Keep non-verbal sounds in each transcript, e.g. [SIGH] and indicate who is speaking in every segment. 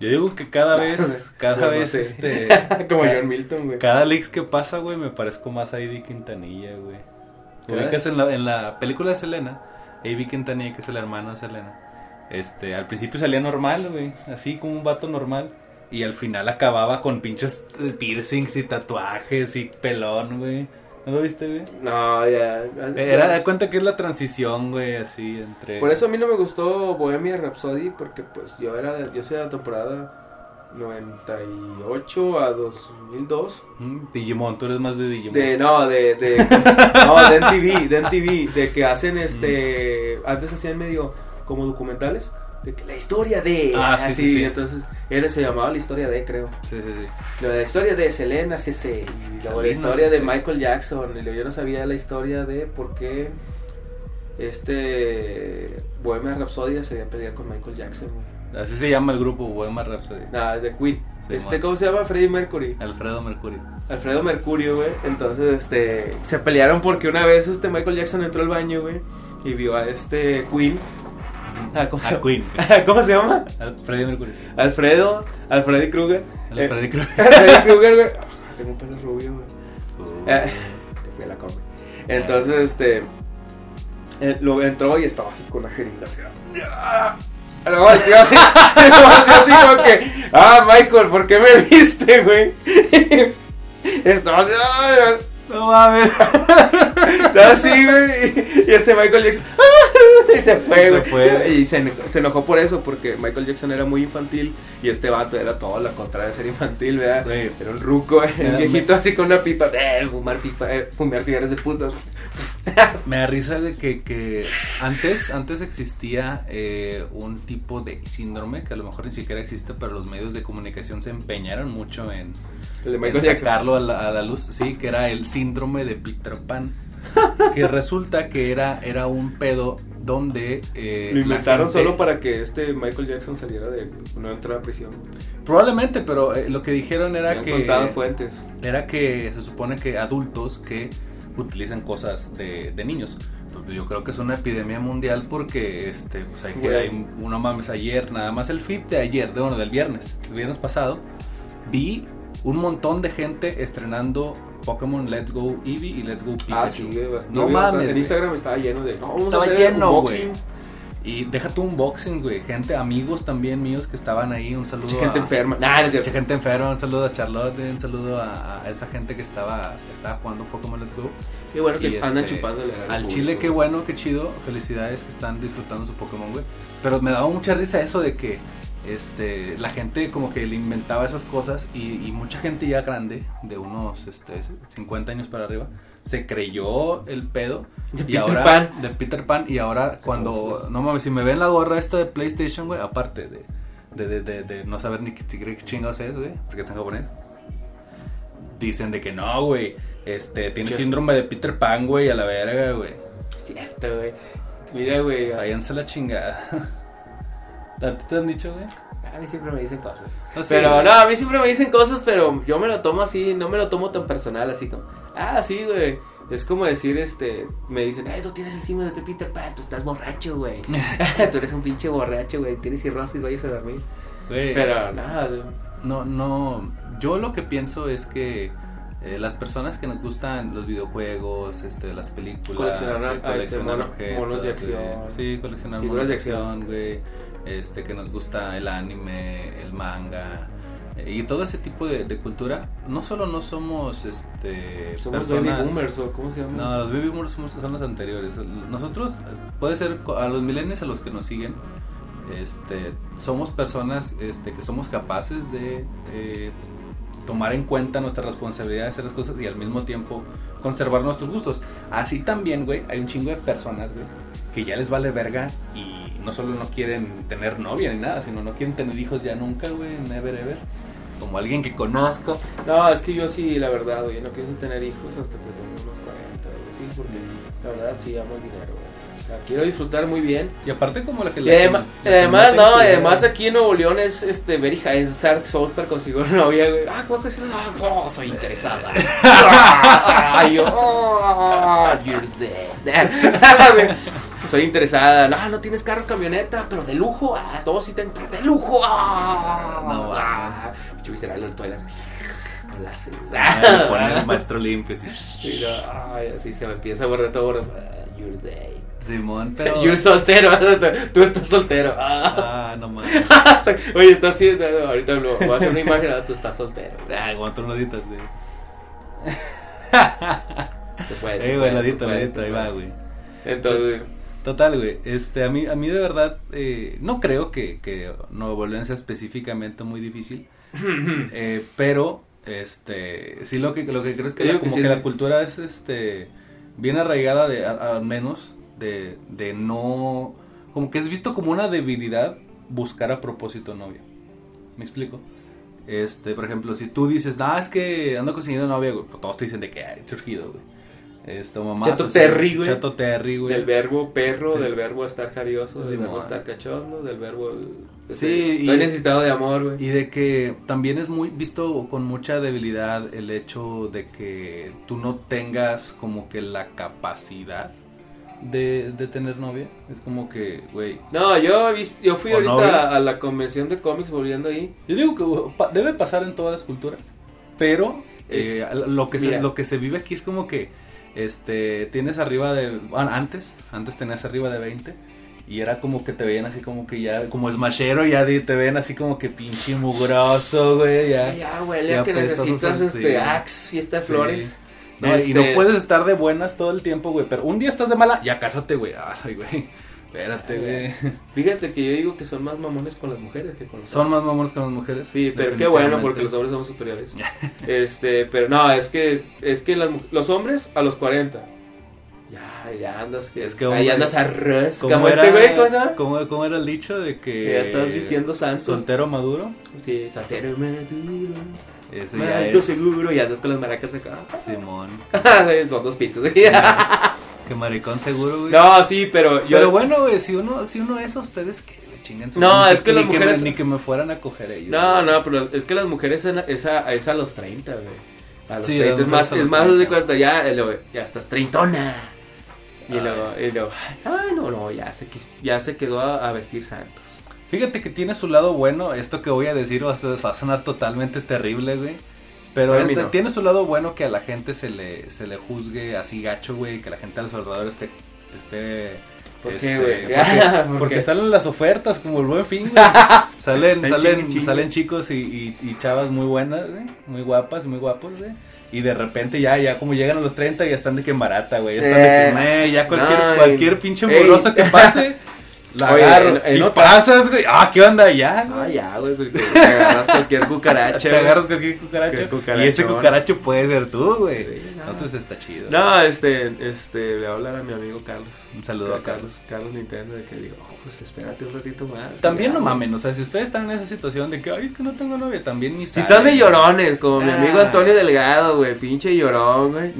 Speaker 1: Yo digo que cada vez, cada
Speaker 2: Además,
Speaker 1: vez,
Speaker 2: eh,
Speaker 1: este,
Speaker 2: [LAUGHS] Como John Milton, güey.
Speaker 1: cada leaks que pasa, güey, me parezco más a Ivy Quintanilla, güey.
Speaker 2: ¿Ya?
Speaker 1: Ubicas en la, en la película de Selena, Ivy Quintanilla, que es la hermana de Selena, este, al principio salía normal, güey, así como un vato normal, y al final acababa con pinches piercings y tatuajes y pelón, güey. ¿No lo viste, güey?
Speaker 2: No, ya.
Speaker 1: Era, da cuenta que es la transición, güey, así, entre...
Speaker 2: Por eso a mí no me gustó Bohemia Rhapsody, porque pues yo era de- yo soy de la temporada 98 a 2002.
Speaker 1: Mm, Digimon, tú eres más de Digimon.
Speaker 2: De, no,
Speaker 1: [LAUGHS]
Speaker 2: de, de, no, de MTV, de MTV, de que hacen este, antes hacían medio como documentales, de que la historia de,
Speaker 1: Ah, sí, sí, sí.
Speaker 2: entonces, él se llamaba la historia de, creo,
Speaker 1: Sí, sí, sí.
Speaker 2: Lo de la historia de Selena CC, y luego la
Speaker 1: Selena
Speaker 2: historia de
Speaker 1: CC.
Speaker 2: Michael Jackson, y luego yo no sabía la historia de por qué este Bohemia Rhapsody se había peleado con Michael Jackson, güey.
Speaker 1: Así se llama el grupo, Bohemian Rhapsody.
Speaker 2: Nada, de Queen.
Speaker 1: Sí,
Speaker 2: este,
Speaker 1: man.
Speaker 2: ¿cómo se llama? Freddie Mercury.
Speaker 1: Alfredo Mercury.
Speaker 2: Alfredo Mercurio, güey. Entonces, este, se pelearon porque una vez este Michael Jackson entró al baño, güey, y vio a este Queen. [LAUGHS] Ah, ¿cómo, se- Eh,
Speaker 1: A
Speaker 2: [LAUGHS]
Speaker 1: Queen.
Speaker 2: ¿Cómo se llama?
Speaker 1: Al Freddy Mercury.
Speaker 2: Alfredo, Alfredo Krueger.
Speaker 1: Al
Speaker 2: Eh, [LAUGHS]
Speaker 1: Freddy Krueger.
Speaker 2: Freddy Krueger, güey. Ah, Tengo un pelo rubio, güey.
Speaker 1: Uh,
Speaker 2: Eh, que fui a la come. Entonces, este. eh, Lo entró y estaba así con una jeringa así. ¡ah! Lo volteó así. [LAUGHS] Lo volteó así como que. Ah, Michael, ¿por qué me viste, güey? [LAUGHS] Estaba así. "Ah",
Speaker 1: No mames.
Speaker 2: estaba así, güey. Y este Michael Jackson. "Ah", Y se fue,
Speaker 1: Se
Speaker 2: güey.
Speaker 1: fue.
Speaker 2: Y se, eno- se enojó por eso, porque Michael Jackson era muy infantil y este vato era todo lo contrario de ser infantil, ¿verdad?
Speaker 1: Güey,
Speaker 2: Era un ruco, [LAUGHS] era un
Speaker 1: Me-
Speaker 2: viejito así con una pipa, eh, fumar pipa, eh, fumar cigarros de putos.
Speaker 1: [LAUGHS] me da risa de que, que antes, antes existía eh, un tipo de síndrome que a lo mejor ni siquiera existe, pero los medios de comunicación se empeñaron mucho en,
Speaker 2: El de
Speaker 1: en
Speaker 2: Michael Jackson.
Speaker 1: sacarlo a la, a la luz, sí, que era el síndrome de Peter
Speaker 2: [LAUGHS]
Speaker 1: Pan. Que resulta que era, era un pedo donde... eh,
Speaker 2: Lo
Speaker 1: la
Speaker 2: inventaron
Speaker 1: gente-
Speaker 2: solo para que este Michael Jackson saliera de. no entrara a prisión.
Speaker 1: Probablemente, pero eh, lo que dijeron
Speaker 2: Me
Speaker 1: era
Speaker 2: han
Speaker 1: que...
Speaker 2: contado fuentes.
Speaker 1: era que se supone que adultos que utilizan cosas de, de niños. Pues, Yo creo que es una epidemia mundial porque este, pues hay, que-
Speaker 2: Güey.
Speaker 1: hay un- uno mames ayer, nada más el feed de ayer, de bueno, del viernes, el viernes pasado, vi un montón de gente estrenando Pokémon Let's Go Eevee y Let's Go Pikachu.
Speaker 2: Ah, sí, güey.
Speaker 1: No
Speaker 2: Yo
Speaker 1: mames,
Speaker 2: vi bastante- En
Speaker 1: güey.
Speaker 2: Instagram estaba lleno de. No, vamos a
Speaker 1: Estaba
Speaker 2: hacer
Speaker 1: lleno,
Speaker 2: unboxing.
Speaker 1: güey. Y deja tu unboxing, güey. Gente, amigos también míos que estaban ahí. Un saludo.
Speaker 2: Mucha gente
Speaker 1: a-
Speaker 2: enferma. Nah, no es
Speaker 1: Mucha
Speaker 2: cierto.
Speaker 1: gente enferma, un saludo a Charlotte, un saludo a, a esa gente que estaba, estaba jugando Pokémon Let's Go.
Speaker 2: Qué bueno que
Speaker 1: y
Speaker 2: andan
Speaker 1: este,
Speaker 2: chupándole
Speaker 1: Al chile, qué
Speaker 2: público, [LAUGHS] güey.
Speaker 1: bueno, qué chido. Felicidades que están disfrutando su Pokémon, güey. Pero me daba mucha risa eso de que este, la gente como que le inventaba esas cosas y, y mucha gente ya grande, de unos este, 50 años para arriba, se creyó el pedo.
Speaker 2: De
Speaker 1: y
Speaker 2: Peter
Speaker 1: ahora,
Speaker 2: Pan.
Speaker 1: De Peter Pan. Y ahora cuando...
Speaker 2: Entonces-
Speaker 1: No mames, si me ven la gorra esta de PlayStation, güey, aparte de, de, de, de- de no saber ni qué qué chingados es, güey, porque está en japonés. Dicen de que no, güey. Este, tiene
Speaker 2: ¿Qué?
Speaker 1: síndrome de Peter Pan, güey, a la verga, güey.
Speaker 2: Cierto, güey. Mira, güey. A
Speaker 1: Váyanse a la chingada. [LAUGHS] ¿A ti te han dicho, güey?
Speaker 2: a mí siempre me dicen cosas.
Speaker 1: No sé,
Speaker 2: Pero
Speaker 1: güey.
Speaker 2: no, a mí siempre me dicen cosas, pero yo me lo tomo así, no me lo tomo tan personal, así como, ah, sí, güey. Es como decir, este, me dicen, ay, tú tienes encima de tu Peter Pan, tú estás borracho, güey. [LAUGHS] tú eres un pinche borracho, güey, tienes cirrosis, vayas a dormir.
Speaker 1: Güey,
Speaker 2: Pero nada, güey.
Speaker 1: No, no. Yo lo que pienso es que eh, las personas que nos gustan los videojuegos, este, las películas,
Speaker 2: Coleccionar,
Speaker 1: eh,
Speaker 2: ah, este, mono- monos de
Speaker 1: güey.
Speaker 2: acción.
Speaker 1: Sí, coleccionar
Speaker 2: Figuras
Speaker 1: monos de
Speaker 2: de acción.
Speaker 1: acción, güey. Este, que nos gusta el anime, el manga. eh, Y todo ese tipo de, de cultura, no solo no somos este,
Speaker 2: somos baby boomers, o cómo se llama.
Speaker 1: No, los baby boomers somos- son los anteriores. Nosotros, eh, puede ser co- a los millennials a los que nos siguen, este, somos personas este, que somos capaces de eh, tomar en cuenta nuestra responsabilidad de hacer las cosas y al mismo tiempo conservar nuestros gustos. Así también, güey, hay un chingo de personas, güey, que ya les vale verga y no solo no quieren tener novia ni nada, sino no quieren tener hijos ya nunca, güey, never ever. Como alguien que conozco.
Speaker 2: No, es que yo sí, la verdad, güey, no pienso tener hijos hasta que tenga unos 40, güey, sí, porque la verdad sí amo el dinero, güey. O sea, quiero disfrutar muy bien.
Speaker 1: Y aparte como la que
Speaker 2: Y
Speaker 1: la-
Speaker 2: además,
Speaker 1: la- la-
Speaker 2: además
Speaker 1: la-
Speaker 2: no, además aquí en Nuevo León es este very high, es Dark Souls para conseguir [LAUGHS] novia, güey. Ah, ¿cuál es Ah, oh, soy interesada.
Speaker 1: [LAUGHS]
Speaker 2: Ay, yo, oh, you're dead. [LAUGHS] soy interesada. Ah, no tienes carro, camioneta, pero de lujo. Ah, todos sí tienen carro de lujo. Ah,
Speaker 1: No,
Speaker 2: ah. Pinche visceral, el toilet. Láseres.
Speaker 1: Ah, Poner
Speaker 2: [LAUGHS]
Speaker 1: el maestro limpio. así.
Speaker 2: Mira, ay, así se me empieza a borrar todo. borroso. Ah, Your day.
Speaker 1: Simón, pero.
Speaker 2: [LAUGHS] You're soltero. Tú estás soltero. Ah.
Speaker 1: Ah, no mames.
Speaker 2: [LAUGHS] Oye, estás así. no, Ahorita lo- voy a hacer una imagen. ah, Tú estás [LAUGHS] soltero.
Speaker 1: Ah, como tú no editas, güey.
Speaker 2: Te puedes,
Speaker 1: Eh,
Speaker 2: te
Speaker 1: güey,
Speaker 2: puedes,
Speaker 1: la
Speaker 2: te
Speaker 1: edito, la
Speaker 2: puedes,
Speaker 1: edito,
Speaker 2: te
Speaker 1: ahí va,
Speaker 2: puedes.
Speaker 1: güey. [LAUGHS]
Speaker 2: Entonces,
Speaker 1: Total, güey. Este, a mí, a mí de verdad, eh, no creo que, que Nueva Orleans sea específicamente muy difícil. eh, pero, este, sí lo que, lo que creo es que,
Speaker 2: Yo
Speaker 1: la,
Speaker 2: que
Speaker 1: como
Speaker 2: sí.
Speaker 1: que la cultura es, este, bien arraigada de, a- al menos, de, de no, como que es visto como una debilidad buscar a propósito novia. ¿Me explico? Este, por ejemplo, si tú dices, no, es que ando consiguiendo novia, güey, pues todos te dicen de que, ay, surgido, güey. Este, Esto, mamá.
Speaker 2: Chato Terry, güey.
Speaker 1: Chato Terry, güey.
Speaker 2: del verbo perro,
Speaker 1: Del-
Speaker 2: del verbo estar jarioso, del
Speaker 1: Sí,
Speaker 2: verbo
Speaker 1: mamá.
Speaker 2: estar cachondo, del verbo. este,
Speaker 1: Sí,
Speaker 2: estoy
Speaker 1: y-
Speaker 2: necesitado de amor, güey.
Speaker 1: Y de que también es muy visto con mucha debilidad el hecho de que tú no tengas como que la capacidad de, de tener novia. Es como que, güey.
Speaker 2: No, yo, he vis- yo fui
Speaker 1: ¿O
Speaker 2: ahorita
Speaker 1: novios?
Speaker 2: a, a la convención de cómics volviendo ahí.
Speaker 1: Yo digo que uh, pa- debe pasar en todas las culturas, pero eh, lo, que se,
Speaker 2: mira.
Speaker 1: lo que se vive aquí es como que este tienes arriba de. bueno, Antes, antes tenías arriba de 20. Y era como que te veían así como que ya, como esmachero, ya de- te ven así como que pinche mugroso, güey, ya.
Speaker 2: Ay, Ya, huele
Speaker 1: Ya pues,
Speaker 2: a que
Speaker 1: apestas a
Speaker 2: necesitas este
Speaker 1: soltero.
Speaker 2: Axe, fiesta de
Speaker 1: Sí.
Speaker 2: flores.
Speaker 1: No, y
Speaker 2: Este-
Speaker 1: no puedes estar de buenas todo el tiempo, güey. Pero un día estás de mala, ya cásate, güey. Ay, güey. Espérate, güey.
Speaker 2: Fíjate que yo digo que son más mamones con las mujeres que con
Speaker 1: [LAUGHS]
Speaker 2: los
Speaker 1: Son más mamones que las mujeres.
Speaker 2: Sí, pero qué bueno
Speaker 1: definitivamente.
Speaker 2: porque los hombres somos superiores. [LAUGHS] este, pero no, es que es que las mu- los hombres a los 40. Ya, ya andas que,
Speaker 1: Es que
Speaker 2: ahí
Speaker 1: hombre-
Speaker 2: andas a res,
Speaker 1: ¿Cómo
Speaker 2: como
Speaker 1: era-
Speaker 2: este güey, ¿cómo se llama?
Speaker 1: ¿Cómo, cómo era el dicho de que.
Speaker 2: Ya estás vistiendo santos.
Speaker 1: Soltero maduro.
Speaker 2: Sí, soltero, me duro.
Speaker 1: Ese ya
Speaker 2: Marco
Speaker 1: es.
Speaker 2: seguro, y andas con las maracas acá.
Speaker 1: Simón.
Speaker 2: [LAUGHS] Son dos pitos.
Speaker 1: que maricón seguro, güey.
Speaker 2: [LAUGHS] no, sí, pero yo
Speaker 1: pero bueno, güey, si uno, si uno es, ustedes que chingan su
Speaker 2: No,
Speaker 1: madre,
Speaker 2: es que
Speaker 1: ni
Speaker 2: las mujeres-
Speaker 1: me- ni que me fueran a coger ellos.
Speaker 2: No,
Speaker 1: güey.
Speaker 2: no, pero es que las mujeres en- es a, es a los 30, güey. A los
Speaker 1: Sí,
Speaker 2: 30
Speaker 1: las
Speaker 2: es
Speaker 1: mujeres
Speaker 2: más,
Speaker 1: a los
Speaker 2: es más de
Speaker 1: 30.
Speaker 2: cuenta, ya, eh, luego, ya estás treintona. Y
Speaker 1: Ay.
Speaker 2: luego, y luego, ay, no, no, ya se, quis- ya se quedó a, a vestir santos.
Speaker 1: Fíjate que tiene su lado bueno, esto que voy a decir va a, ser- va a sonar totalmente terrible, güey. Pero
Speaker 2: A mí
Speaker 1: este-
Speaker 2: no.
Speaker 1: tiene su lado bueno que a la gente se le, se le juzgue así gacho, güey, que la gente a su alrededor esté... esté
Speaker 2: ¿Por qué,
Speaker 1: este,
Speaker 2: güey?
Speaker 1: Porque,
Speaker 2: [LAUGHS] ¿Por
Speaker 1: porque
Speaker 2: qué?
Speaker 1: salen las ofertas como el buen fin,
Speaker 2: [LAUGHS]
Speaker 1: güey. Salen,
Speaker 2: Están
Speaker 1: salen,
Speaker 2: chingui, chingui.
Speaker 1: salen chicos y, y- y chavas muy buenas, güey, muy guapas, muy guapos, güey. Y de repente ya, ya como llegan a los 30 ya están de que barata, güey. Ya, están de que, "Meh", ya cualquier,
Speaker 2: Ay.
Speaker 1: cualquier pinche
Speaker 2: Eh, Ey.
Speaker 1: morosa que
Speaker 2: [LAUGHS]
Speaker 1: pase, la
Speaker 2: Oye,
Speaker 1: agarro.
Speaker 2: en- en
Speaker 1: y
Speaker 2: otra-
Speaker 1: pasas, güey. Ah, ¿qué onda? Ya.
Speaker 2: Ah, ya, güey, porque te agarras cualquier cucaracha.
Speaker 1: te
Speaker 2: güey.
Speaker 1: agarras con cualquier cucaracho.
Speaker 2: Qué cucarachón.
Speaker 1: Y ese cucaracho puede ser tú, güey.
Speaker 2: Sí, no.
Speaker 1: Entonces está chido.
Speaker 2: No, este, este, le voy a hablar a mi amigo Carlos.
Speaker 1: Un saludo a Carlos.
Speaker 2: Carlos Nintendo, de que digo, oh, pues espérate un ratito más.
Speaker 1: También
Speaker 2: Ya,
Speaker 1: no
Speaker 2: güey.
Speaker 1: mamen, o sea, si ustedes están en esa situación de que, ay, es que no tengo novia, también ni
Speaker 2: Si están de
Speaker 1: llorar
Speaker 2: llorones, como mi amigo
Speaker 1: Ah.
Speaker 2: Antonio Delgado, güey, pinche
Speaker 1: [LAUGHS]
Speaker 2: llorón, güey.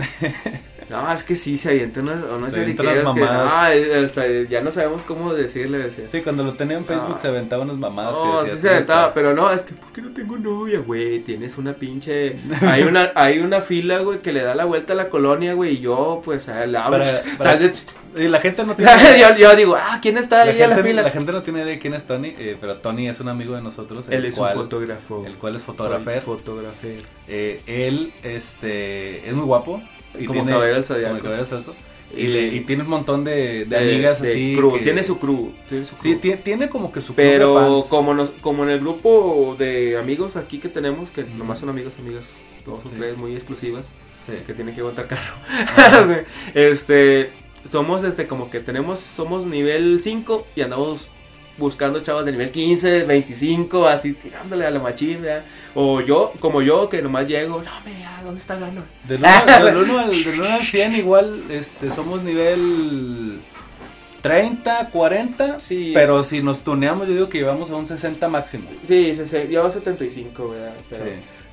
Speaker 2: No, es que sí, se avienta unos, unos
Speaker 1: Se avienta unas
Speaker 2: lloriqueos que no,
Speaker 1: mamadas.
Speaker 2: eh, hasta ya no sabemos cómo decirle, decía.
Speaker 1: Sí, cuando lo tenía en Facebook
Speaker 2: Ah.
Speaker 1: se aventaba unas mamadas. que
Speaker 2: No,
Speaker 1: decías,
Speaker 2: sí se aventaba,
Speaker 1: "Puta".
Speaker 2: pero no, es que ¿por qué no tengo novia, güey? Tienes una
Speaker 1: [LAUGHS]
Speaker 2: pinche... Hay una, hay una fila, güey, que le da la vuelta a la colonia, güey, y yo, pues, a la...
Speaker 1: Para-
Speaker 2: sal
Speaker 1: para-
Speaker 2: [LAUGHS] de-
Speaker 1: Y la gente
Speaker 2: [LAUGHS]
Speaker 1: no tiene... [LAUGHS]
Speaker 2: yo, yo digo, ah, ¿quién está
Speaker 1: la,
Speaker 2: ahí en la
Speaker 1: gente,
Speaker 2: fila?
Speaker 1: la gente no tiene idea de quién es Tony, eh, pero Tony es un amigo de nosotros. el
Speaker 2: Él es
Speaker 1: cual-
Speaker 2: un fotógrafo.
Speaker 1: El cual es
Speaker 2: Soy
Speaker 1: fotógrafo.
Speaker 2: Fotógrafo.
Speaker 1: Eh, él este, es muy guapo. Y
Speaker 2: Como
Speaker 1: tiene,
Speaker 2: Caballero del
Speaker 1: como
Speaker 2: Zodiaco.
Speaker 1: el Caballero del Zodiaco. Y, le- y tiene un montón de, de amigas
Speaker 2: de
Speaker 1: así.
Speaker 2: crew,
Speaker 1: que-
Speaker 2: Tiene su crew. Tiene su
Speaker 1: Sí,
Speaker 2: crew.
Speaker 1: tiene, tiene como que su club de
Speaker 2: Pero
Speaker 1: fans.
Speaker 2: como nos, como en el grupo de amigos aquí que tenemos, que nomás son amigos, amigos, dos o
Speaker 1: Sí.
Speaker 2: tres muy exclusivas,
Speaker 1: Sí.
Speaker 2: que tienen que aguantar carro. [LAUGHS]
Speaker 1: Ajá.
Speaker 2: este, somos este como que tenemos, somos nivel 5 y andamos buscando chavas de nivel 15, 25, así tirándole a la machina. O yo, como yo, que nomás llego, no, me, ah, ¿dónde está Gano?
Speaker 1: Del
Speaker 2: [LAUGHS]
Speaker 1: 1 al, del uno al 100 igual este, somos nivel 30, 40.
Speaker 2: Sí.
Speaker 1: Pero si nos tuneamos yo digo que llevamos a un 60 máximo. Sí.
Speaker 2: Sí, sí, sí, yo 75, ¿verdad? Pero,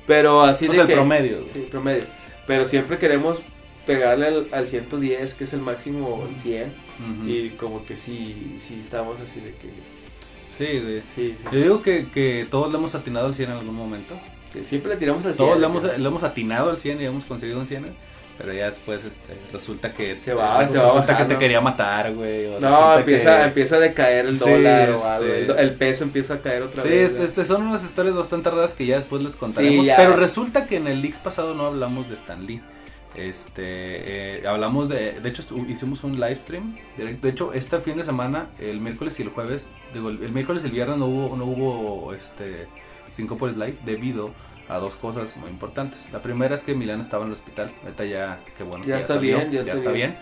Speaker 2: pero así
Speaker 1: O
Speaker 2: de
Speaker 1: sea, el
Speaker 2: que...
Speaker 1: promedio.
Speaker 2: Sí, promedio. Pero siempre queremos pegarle al, al 110, que es el máximo, o el 100.
Speaker 1: Ujú.
Speaker 2: Y como que sí, sí estamos así de que...
Speaker 1: Sí, güey.
Speaker 2: Sí, sí.
Speaker 1: Yo digo que, que todos le hemos atinado al 100 en algún momento.
Speaker 2: que siempre le tiramos al 100.
Speaker 1: Todos le
Speaker 2: ¿no?
Speaker 1: hemos, le hemos atinado al 100 y hemos conseguido un 100. Pero ya después este, resulta que
Speaker 2: Se va, se va
Speaker 1: resulta que
Speaker 2: bajando.
Speaker 1: te quería matar, güey. o
Speaker 2: No,
Speaker 1: resulta
Speaker 2: empieza,
Speaker 1: que-
Speaker 2: empieza a decaer el
Speaker 1: Sí,
Speaker 2: dólar o
Speaker 1: este-
Speaker 2: algo. El, do- el peso empieza a caer otra
Speaker 1: Sí,
Speaker 2: vez.
Speaker 1: este,
Speaker 2: ya.
Speaker 1: este, son unas historias bastante raras que ya después les contaremos.
Speaker 2: Sí, ya.
Speaker 1: Pero resulta que en el leaks pasado no hablamos de Stan Lee. Este, eh, hablamos de, de hecho estu- hicimos un live stream. directo. De hecho, este fin de semana, el miércoles y el jueves, digo, el, el miércoles y el viernes no hubo, no hubo, este, cinco por live debido a dos cosas muy importantes. La primera es que Milán estaba en el hospital. Ahorita ya, qué bueno. que
Speaker 2: Ya está bien, ya está bien.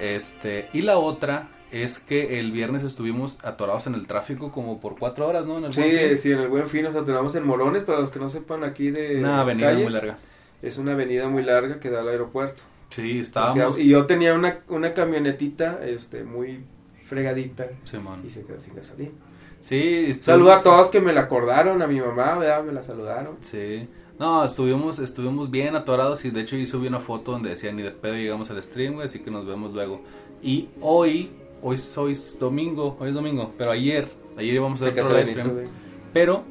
Speaker 1: Este, y la otra es que el viernes estuvimos atorados en el tráfico como por cuatro horas, ¿no? En el Buen
Speaker 2: Sí,
Speaker 1: Fin.
Speaker 2: sí, en el buen fin nos atoramos en Morones, para los que no sepan aquí de
Speaker 1: Una avenida
Speaker 2: calles,
Speaker 1: muy larga.
Speaker 2: Es una avenida muy larga que da al aeropuerto.
Speaker 1: Sí, estábamos.
Speaker 2: Y yo tenía una, una camionetita este, muy fregadita
Speaker 1: Simón.
Speaker 2: y se quedó sin gasolina.
Speaker 1: Sí, estuvimos-
Speaker 2: Saludo a todos que me la acordaron, a mi mamá, ¿verdad? Me la saludaron.
Speaker 1: Sí. No, estuvimos, estuvimos bien atorados y de hecho yo subí una foto donde decía ni de pedo llegamos al stream, güey, así que nos vemos luego. Y hoy, hoy soy domingo, hoy es domingo, pero ayer, ayer íbamos a
Speaker 2: Se
Speaker 1: hacer
Speaker 2: casó
Speaker 1: otro live
Speaker 2: Benito,
Speaker 1: stream,
Speaker 2: güey,
Speaker 1: pero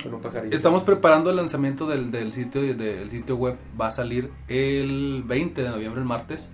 Speaker 2: con un pajarito.
Speaker 1: Estamos preparando el lanzamiento del, del sitio del sitio web. Va a salir el 20 de noviembre, el martes.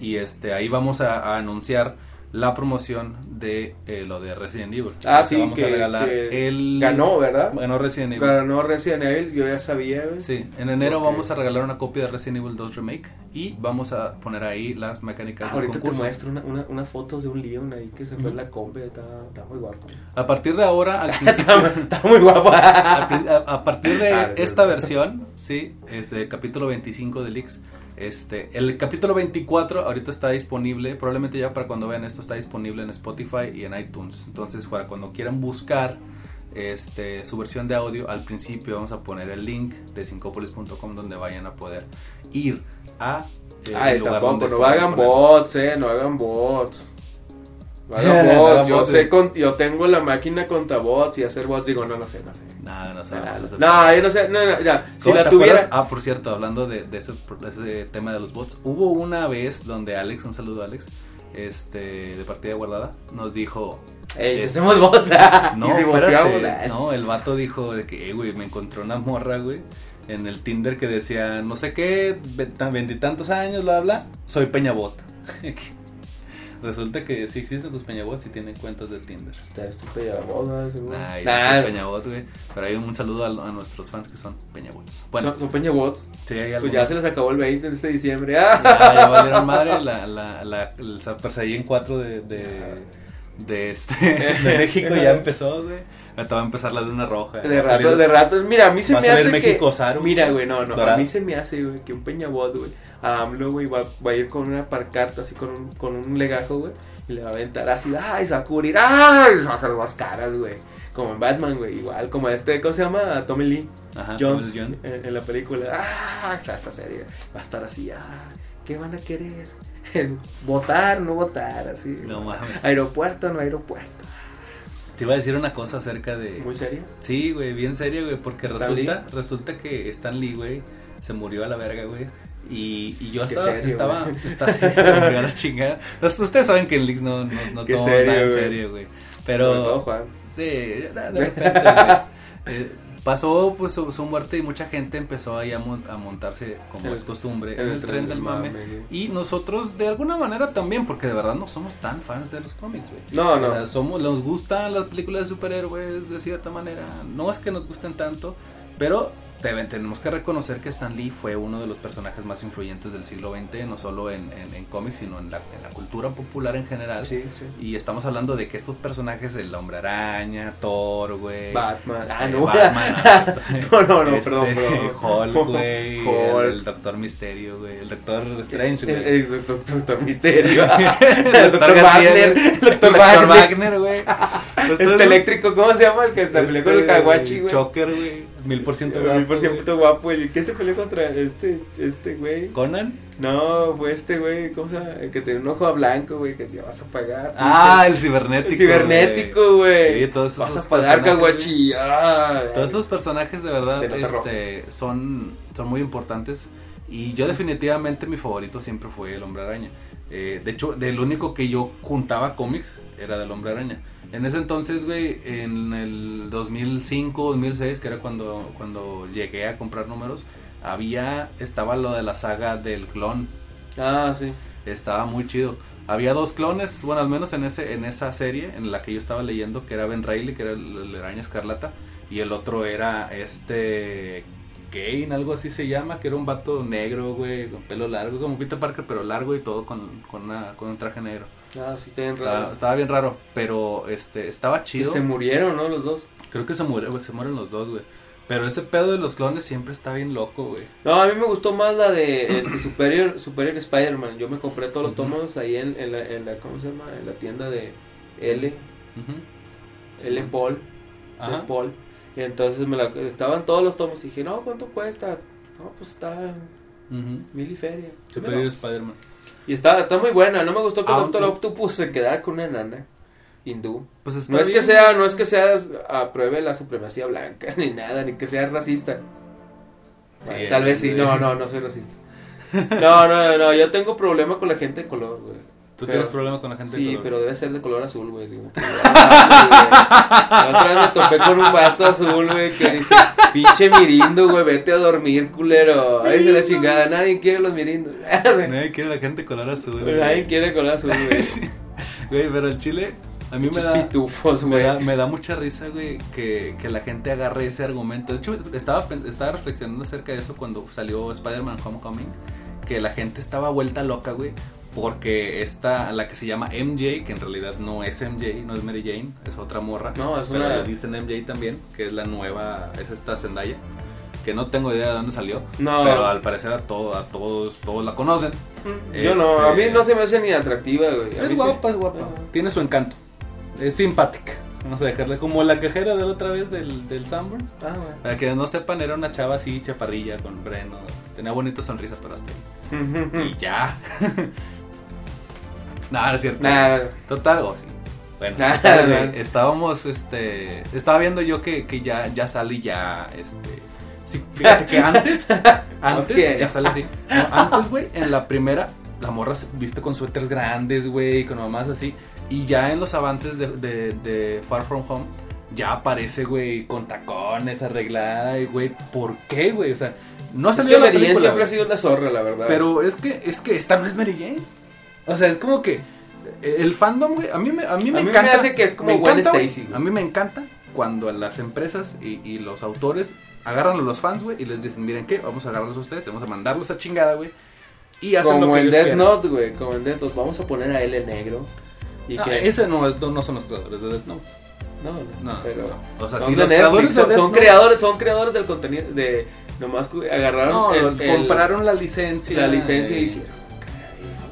Speaker 1: Y este ahí vamos a, a anunciar la promoción de eh, lo de Resident Evil.
Speaker 2: Ah,
Speaker 1: Entonces,
Speaker 2: sí,
Speaker 1: vamos a
Speaker 2: que-
Speaker 1: regalar
Speaker 2: que
Speaker 1: el
Speaker 2: Ganó, ¿verdad?
Speaker 1: ganó Resident Evil.
Speaker 2: Ganó Resident Evil, yo ya sabía, güey.
Speaker 1: Sí, en enero
Speaker 2: Ok.
Speaker 1: vamos a regalar una copia de Resident Evil 2 Remake y vamos a poner ahí las mecánicas del
Speaker 2: Ah, ahorita te
Speaker 1: concurso.
Speaker 2: muestro una- una- unas fotos de un Leon ahí que se fue en
Speaker 1: Ujú.
Speaker 2: la combi, está, está muy guapo.
Speaker 1: A partir de ahora,
Speaker 2: [LAUGHS]
Speaker 1: al principio,
Speaker 2: está muy guapo.
Speaker 1: a, pri- a- a partir de
Speaker 2: [LAUGHS] Ah, sí.
Speaker 1: esta versión, sí, este, del capítulo 25 de Leaks, este, el capítulo 24 ahorita está disponible, probablemente ya para cuando vean esto está disponible en Spotify y en iTunes. Entonces, para cuando quieran buscar este, su versión de audio, al principio vamos a poner el link de sincopolis.com donde vayan a poder ir a... eh, el
Speaker 2: Ay,
Speaker 1: lugar
Speaker 2: tampoco,
Speaker 1: donde
Speaker 2: no
Speaker 1: puedan
Speaker 2: hagan
Speaker 1: poner-
Speaker 2: bots, eh, no hagan bots. No hagan
Speaker 1: No
Speaker 2: bots,
Speaker 1: hagan
Speaker 2: yo
Speaker 1: bots,
Speaker 2: sé,
Speaker 1: sí.
Speaker 2: con- yo tengo la máquina contra bots y hacer bots, digo, no, no sé, no sé.
Speaker 1: No, no
Speaker 2: No,
Speaker 1: sabemos. ese
Speaker 2: no, yo no sé, no, no, ya, si
Speaker 1: ¿Cómo
Speaker 2: la
Speaker 1: te
Speaker 2: tuviera...
Speaker 1: acuerdas? Ah, por cierto, hablando de, de ese, de ese tema de los bots, hubo una vez donde Alex, un saludo a Alex, este, de partida guardada, nos dijo,
Speaker 2: Ey, si
Speaker 1: es-
Speaker 2: hacemos bots,
Speaker 1: Este, no,
Speaker 2: [LAUGHS] y si boteamos,
Speaker 1: espérate,
Speaker 2: eh.
Speaker 1: no, el vato dijo de que, "Eh, güey, me encontró una morra, güey, en el Tinder que decía, no sé qué, ve- tan- veintitantos años, bla, bla, soy Peñabot. [LAUGHS] Resulta que sí existen los Peñabots y tienen cuentas de Tinder.
Speaker 2: Está estúpida la boda, seguro.
Speaker 1: Nah, yo no soy
Speaker 2: Nah,
Speaker 1: Peñabot, güey, pero hay un saludo a, a nuestros fans que son Peñabots. Bueno,
Speaker 2: son, son peña bots.
Speaker 1: sí, hay
Speaker 2: Pues ya
Speaker 1: algunos.
Speaker 2: se les acabó el 20 de este
Speaker 1: [LAUGHS]
Speaker 2: diciembre. ¡ah!
Speaker 1: Ya, ya valieron madre la, la, la, el Super Saiyan 4 de, de, de
Speaker 2: [LAUGHS]
Speaker 1: este, de México ya empezó, güey. Ahorita va a empezar la luna roja.
Speaker 2: De
Speaker 1: va a
Speaker 2: ratos,
Speaker 1: salir-
Speaker 2: de ratos. Mira, a mí se
Speaker 1: va a
Speaker 2: me
Speaker 1: salir
Speaker 2: hace que...
Speaker 1: México Saru.
Speaker 2: Mira, güey, no, no. A
Speaker 1: Dorado.
Speaker 2: mí se me hace, güey, que un peñabot, güey, a AMLO, güey, va, va a ir con una parcarta, así con un, con un legajo, güey, y le va a aventar así, ¡ay! Se va a cubrir, ¡ay! Se va a hacer las caras, güey. Como en Batman, güey, igual, como este, ¿cómo se llama? Tommy Lee
Speaker 1: Ajá,
Speaker 2: Jones,
Speaker 1: Ah, Thomas Jones.
Speaker 2: En, en la película. ¡Ah! Esa esa serie va a estar así, ¡ah! ¿Qué van a querer? [LAUGHS] ¿Votar, no votar? Así.
Speaker 1: No mames.
Speaker 2: Aeropuerto, no aeropuerto.
Speaker 1: Te iba a decir una cosa acerca de.
Speaker 2: ¿Muy seria?
Speaker 1: Sí, güey, bien serio, güey, porque
Speaker 2: ¿Stan
Speaker 1: resulta, resulta que Stan Lee, güey, se murió a la verga, güey. Y, y yo
Speaker 2: Qué
Speaker 1: estaba,
Speaker 2: serio,
Speaker 1: estaba,
Speaker 2: güey.
Speaker 1: estaba- [LAUGHS] se murió a la chingada. Ustedes saben que en Leaks no, no, no
Speaker 2: Qué
Speaker 1: tomamos nada
Speaker 2: serio,
Speaker 1: en
Speaker 2: güey.
Speaker 1: serio, güey. Pero.
Speaker 2: Sobre todo, Juan.
Speaker 1: Sí, [LAUGHS] de de repente, güey. Eh, pasó pues su, su muerte y mucha gente empezó ahí a, mon- a montarse, como
Speaker 2: En el-
Speaker 1: es costumbre, en el, tren del mame.
Speaker 2: güey.
Speaker 1: Y nosotros de alguna manera también, porque de verdad no somos tan fans de los cómics, güey.
Speaker 2: No,
Speaker 1: O sea,
Speaker 2: no.
Speaker 1: somos, nos gustan las películas de superhéroes de cierta manera. No es que nos gusten tanto, pero deben- tenemos que reconocer que Stan Lee fue uno de los personajes más influyentes del siglo XX, no solo en, en- en cómics, sino en la, en la cultura popular en general.
Speaker 2: Sí, sí.
Speaker 1: Y estamos hablando de que estos personajes, el hombre araña, Thor, güey.
Speaker 2: Batman. Ah,
Speaker 1: eh,
Speaker 2: no. [LAUGHS]
Speaker 1: Batman,
Speaker 2: No, no, no,
Speaker 1: este,
Speaker 2: perdón, perdón.
Speaker 1: Hulk, güey.
Speaker 2: [LAUGHS] Hulk.
Speaker 1: El, el Doctor Misterio, güey. El Doctor Strange, [LAUGHS]
Speaker 2: El,
Speaker 1: güey.
Speaker 2: el doctor,
Speaker 1: [LAUGHS]
Speaker 2: doctor Misterio. el
Speaker 1: El
Speaker 2: doctor
Speaker 1: García,
Speaker 2: Wagner.
Speaker 1: güey.
Speaker 2: El doctor
Speaker 1: El Dr.
Speaker 2: Wagner.
Speaker 1: Wagner, güey. Pues
Speaker 2: Este eléctrico, ¿cómo se llama? El que se peleó con el Kawachi, güey. Ah,
Speaker 1: Choker, güey. este Mil por ciento
Speaker 2: Mil por
Speaker 1: guapo,
Speaker 2: ciento guapo. ¿El que se peleó contra este, este güey?
Speaker 1: güey. Conan.
Speaker 2: No, fue este güey, ¿cómo se llama? El que tenía un ojo a blanco, güey, que decía, vas a pagar.
Speaker 1: Ah, el
Speaker 2: el
Speaker 1: cibernético.
Speaker 2: cibernético,
Speaker 1: güey. Sí,
Speaker 2: güey.
Speaker 1: todos
Speaker 2: Vas
Speaker 1: esos
Speaker 2: a pagar,
Speaker 1: personajes, güey.
Speaker 2: Kawachi. Ah,
Speaker 1: Todos esos personajes de verdad
Speaker 2: De nota roja.
Speaker 1: este, son, son muy importantes. Y yo definitivamente mi favorito siempre fue el hombre araña. Eh, de hecho, del único que yo juntaba cómics era del hombre araña. En ese entonces, güey, en el 2005, 2006, que era cuando, cuando llegué a comprar números, había, estaba lo de la saga del clon
Speaker 2: Ah, sí.
Speaker 1: Estaba muy chido. Había dos clones, bueno, al menos en ese en esa serie en la que yo estaba leyendo, que era Ben Reilly, que era el, el araña escarlata, y el otro era este Kane, algo así se llama, que era un vato negro, güey, con pelo largo, como Peter Parker, pero largo y todo con, con, una- con un traje negro.
Speaker 2: Ah, sí, tienen
Speaker 1: Estaba,
Speaker 2: raros.
Speaker 1: estaba bien raro, pero este estaba
Speaker 2: Que
Speaker 1: chido.
Speaker 2: se murieron, ¿no? Los dos.
Speaker 1: Creo que se, muere, se mueren los dos, güey. Pero ese pedo de los clones siempre está bien loco, güey.
Speaker 2: No, a mí me gustó más la de este, Superior, Superior Spider-Man. Yo me compré todos los tomos ahí en, en la, en la, ¿cómo se llama? En la tienda de L,
Speaker 1: Ujú.
Speaker 2: L Paul, de
Speaker 1: Ajá.
Speaker 2: Paul. Y entonces me la, estaban todos los tomos y dije, no, ¿cuánto cuesta? No, pues está en
Speaker 1: Ujú.
Speaker 2: mil y feria.
Speaker 1: Superior
Speaker 2: Menos.
Speaker 1: Spider-Man.
Speaker 2: Y está, está muy buena, no me gustó que
Speaker 1: Ah,
Speaker 2: Doctor
Speaker 1: no.
Speaker 2: Octopus se quedara con una nana hindú.
Speaker 1: Pues está
Speaker 2: No es que
Speaker 1: bien,
Speaker 2: sea, no es que sea apruebe la supremacía blanca, [LAUGHS] ni nada, ni que sea racista.
Speaker 1: Sí,
Speaker 2: Bueno, tal vez sí,
Speaker 1: güey.
Speaker 2: no, no, no soy racista. No, no, no, yo tengo problema con la gente de color, güey.
Speaker 1: Tú
Speaker 2: Pero-
Speaker 1: tienes problema con la gente de
Speaker 2: Sí,
Speaker 1: color.
Speaker 2: pero debe ser de color azul, güey. así como que- "Ah, La otra vez me topé con un vato azul, güey, que dije, pinche mirindo, güey, vete a dormir, culero. Ay, de la chingada, nadie quiere los mirindos. [LAUGHS]
Speaker 1: Nadie quiere la gente de color azul. güey.
Speaker 2: Nadie quiere color azul, güey.
Speaker 1: [LAUGHS] Güey, pero el chile a mí me
Speaker 2: Pinches
Speaker 1: da,
Speaker 2: [LAUGHS] pitufos,
Speaker 1: me,
Speaker 2: güey.
Speaker 1: da, me da mucha risa, güey, que, que la gente agarre ese argumento. De hecho, estaba, pen- estaba reflexionando acerca de eso cuando salió Spider-Man Homecoming, que la gente estaba vuelta loca, güey, porque esta, la que se llama MJ, que en realidad no es MJ, no es Mary Jane, es otra morra.
Speaker 2: No, es
Speaker 1: pero
Speaker 2: una-
Speaker 1: le dicen MJ también, que es la nueva, es esta Zendaya, que no tengo idea de dónde salió,
Speaker 2: No.
Speaker 1: pero al parecer a, todo, a todos, todos la conocen.
Speaker 2: Yo no, a mí
Speaker 1: Este-
Speaker 2: no se me hace ni atractiva, güey. A mí sí.
Speaker 1: Es guapa, es guapa.
Speaker 2: Ah.
Speaker 1: Tiene su encanto. Es simpática. Vamos a dejarla como la cajera de la otra vez del, del Sanborns.
Speaker 2: Ah, güey.
Speaker 1: Para que no sepan, era una chava así, chaparrilla, con freno. Tenía bonita sonrisa, pero hasta ahí.
Speaker 2: Mm.
Speaker 1: Y ya. [LAUGHS] Nada, no es cierto.
Speaker 2: Nada.
Speaker 1: Total, o sí. Bueno, [LAUGHS]
Speaker 2: Nah.
Speaker 1: total, güey, estábamos, este, estaba viendo yo que, que ya, ya sale ya, este, sí, fíjate que
Speaker 2: [LAUGHS]
Speaker 1: antes, antes,
Speaker 2: Ok.
Speaker 1: ya sale así, No, antes, güey, en la primera, la morra se viste con suéteres grandes, güey, con mamás así, y ya en los avances de, de- de Far From Home, ya aparece, güey, con tacones, arreglada, y, güey, ¿por qué, güey? O sea, no ha
Speaker 2: Es
Speaker 1: salido
Speaker 2: que
Speaker 1: la
Speaker 2: Mary Jane
Speaker 1: película, güey.
Speaker 2: siempre ha sido una zorra, la verdad.
Speaker 1: Pero es que, es que esta no es Mary Jane. O sea, es como que eh, el fandom, güey, a mí me, a mí me
Speaker 2: A mí me
Speaker 1: encanta.
Speaker 2: hace que es como
Speaker 1: me
Speaker 2: Gwen
Speaker 1: encanta, güey.
Speaker 2: Stacy, güey.
Speaker 1: A mí me encanta cuando las empresas y, y los autores agarran a los fans, güey, y les dicen, miren qué, vamos a agarrarlos a ustedes, vamos a mandarlos a chingada, güey. Y hacen
Speaker 2: como
Speaker 1: lo que
Speaker 2: en
Speaker 1: ellos
Speaker 2: Death
Speaker 1: quieran.
Speaker 2: Note, güey. Como en Death Note. Vamos a poner a L negro. Y
Speaker 1: Ah,
Speaker 2: que.
Speaker 1: ese no, es, no, no son los creadores de Death Note.
Speaker 2: No, no,
Speaker 1: No,
Speaker 2: Pero.
Speaker 1: O sea,
Speaker 2: son
Speaker 1: sí,
Speaker 2: de
Speaker 1: los
Speaker 2: Netflix,
Speaker 1: creadores de
Speaker 2: son,
Speaker 1: Death
Speaker 2: son
Speaker 1: Note-
Speaker 2: creadores, son creadores del contenido. de Nomás cu- agarraron.
Speaker 1: No,
Speaker 2: el- el-
Speaker 1: compraron la licencia.
Speaker 2: la licencia y
Speaker 1: eh,
Speaker 2: hicieron.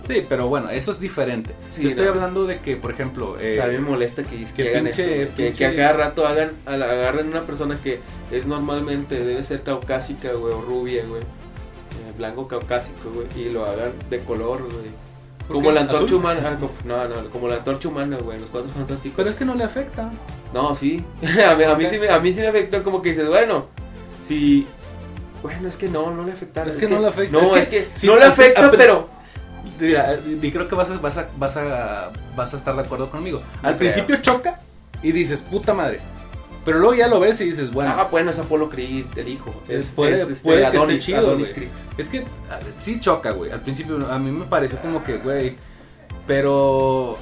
Speaker 1: Sí, pero bueno, eso es diferente.
Speaker 2: Sí,
Speaker 1: Yo estoy
Speaker 2: no.
Speaker 1: hablando de que, por ejemplo, eh,
Speaker 2: A mí me molesta que, que
Speaker 1: que
Speaker 2: hagan
Speaker 1: pinche-
Speaker 2: eso. güey, Que,
Speaker 1: pinche-
Speaker 2: que a cada rato hagan, a la- agarren una persona que es normalmente, debe ser caucásica, güey, o rubia, güey. eh, blanco caucásico, güey. Y lo hagan de color, güey.
Speaker 1: ¿por
Speaker 2: Como
Speaker 1: qué?
Speaker 2: la antorcha
Speaker 1: Azul.
Speaker 2: humana. ah, como- No, no, como la antorcha humana, güey. Los cuatro fantásticos.
Speaker 1: Pero es que no le afecta.
Speaker 2: No, sí. [LAUGHS] a, mí, a, mí sí me, a mí sí me afectó. Como que dices, bueno, si. Bueno, es que no, no le afectaron.
Speaker 1: Es que no le afecta,
Speaker 2: No,
Speaker 1: es
Speaker 2: es que,
Speaker 1: sí,
Speaker 2: no le
Speaker 1: apre-
Speaker 2: afecta,
Speaker 1: apre-
Speaker 2: pero.
Speaker 1: Mira, eh, y creo que vas a, vas, a, vas, a, vas a estar de acuerdo conmigo. Al
Speaker 2: creo.
Speaker 1: principio choca y dices, puta madre. Pero luego ya lo ves y dices, bueno,
Speaker 2: Ah, bueno, es Apolo Creed, el hijo. Es,
Speaker 1: Puede-
Speaker 2: es, este,
Speaker 1: puede que esté
Speaker 2: Adonis,
Speaker 1: chido,
Speaker 2: Adonis
Speaker 1: güey.
Speaker 2: Creed.
Speaker 1: es que ah, sí choca, güey. Al principio a mí me pareció como que, güey, pero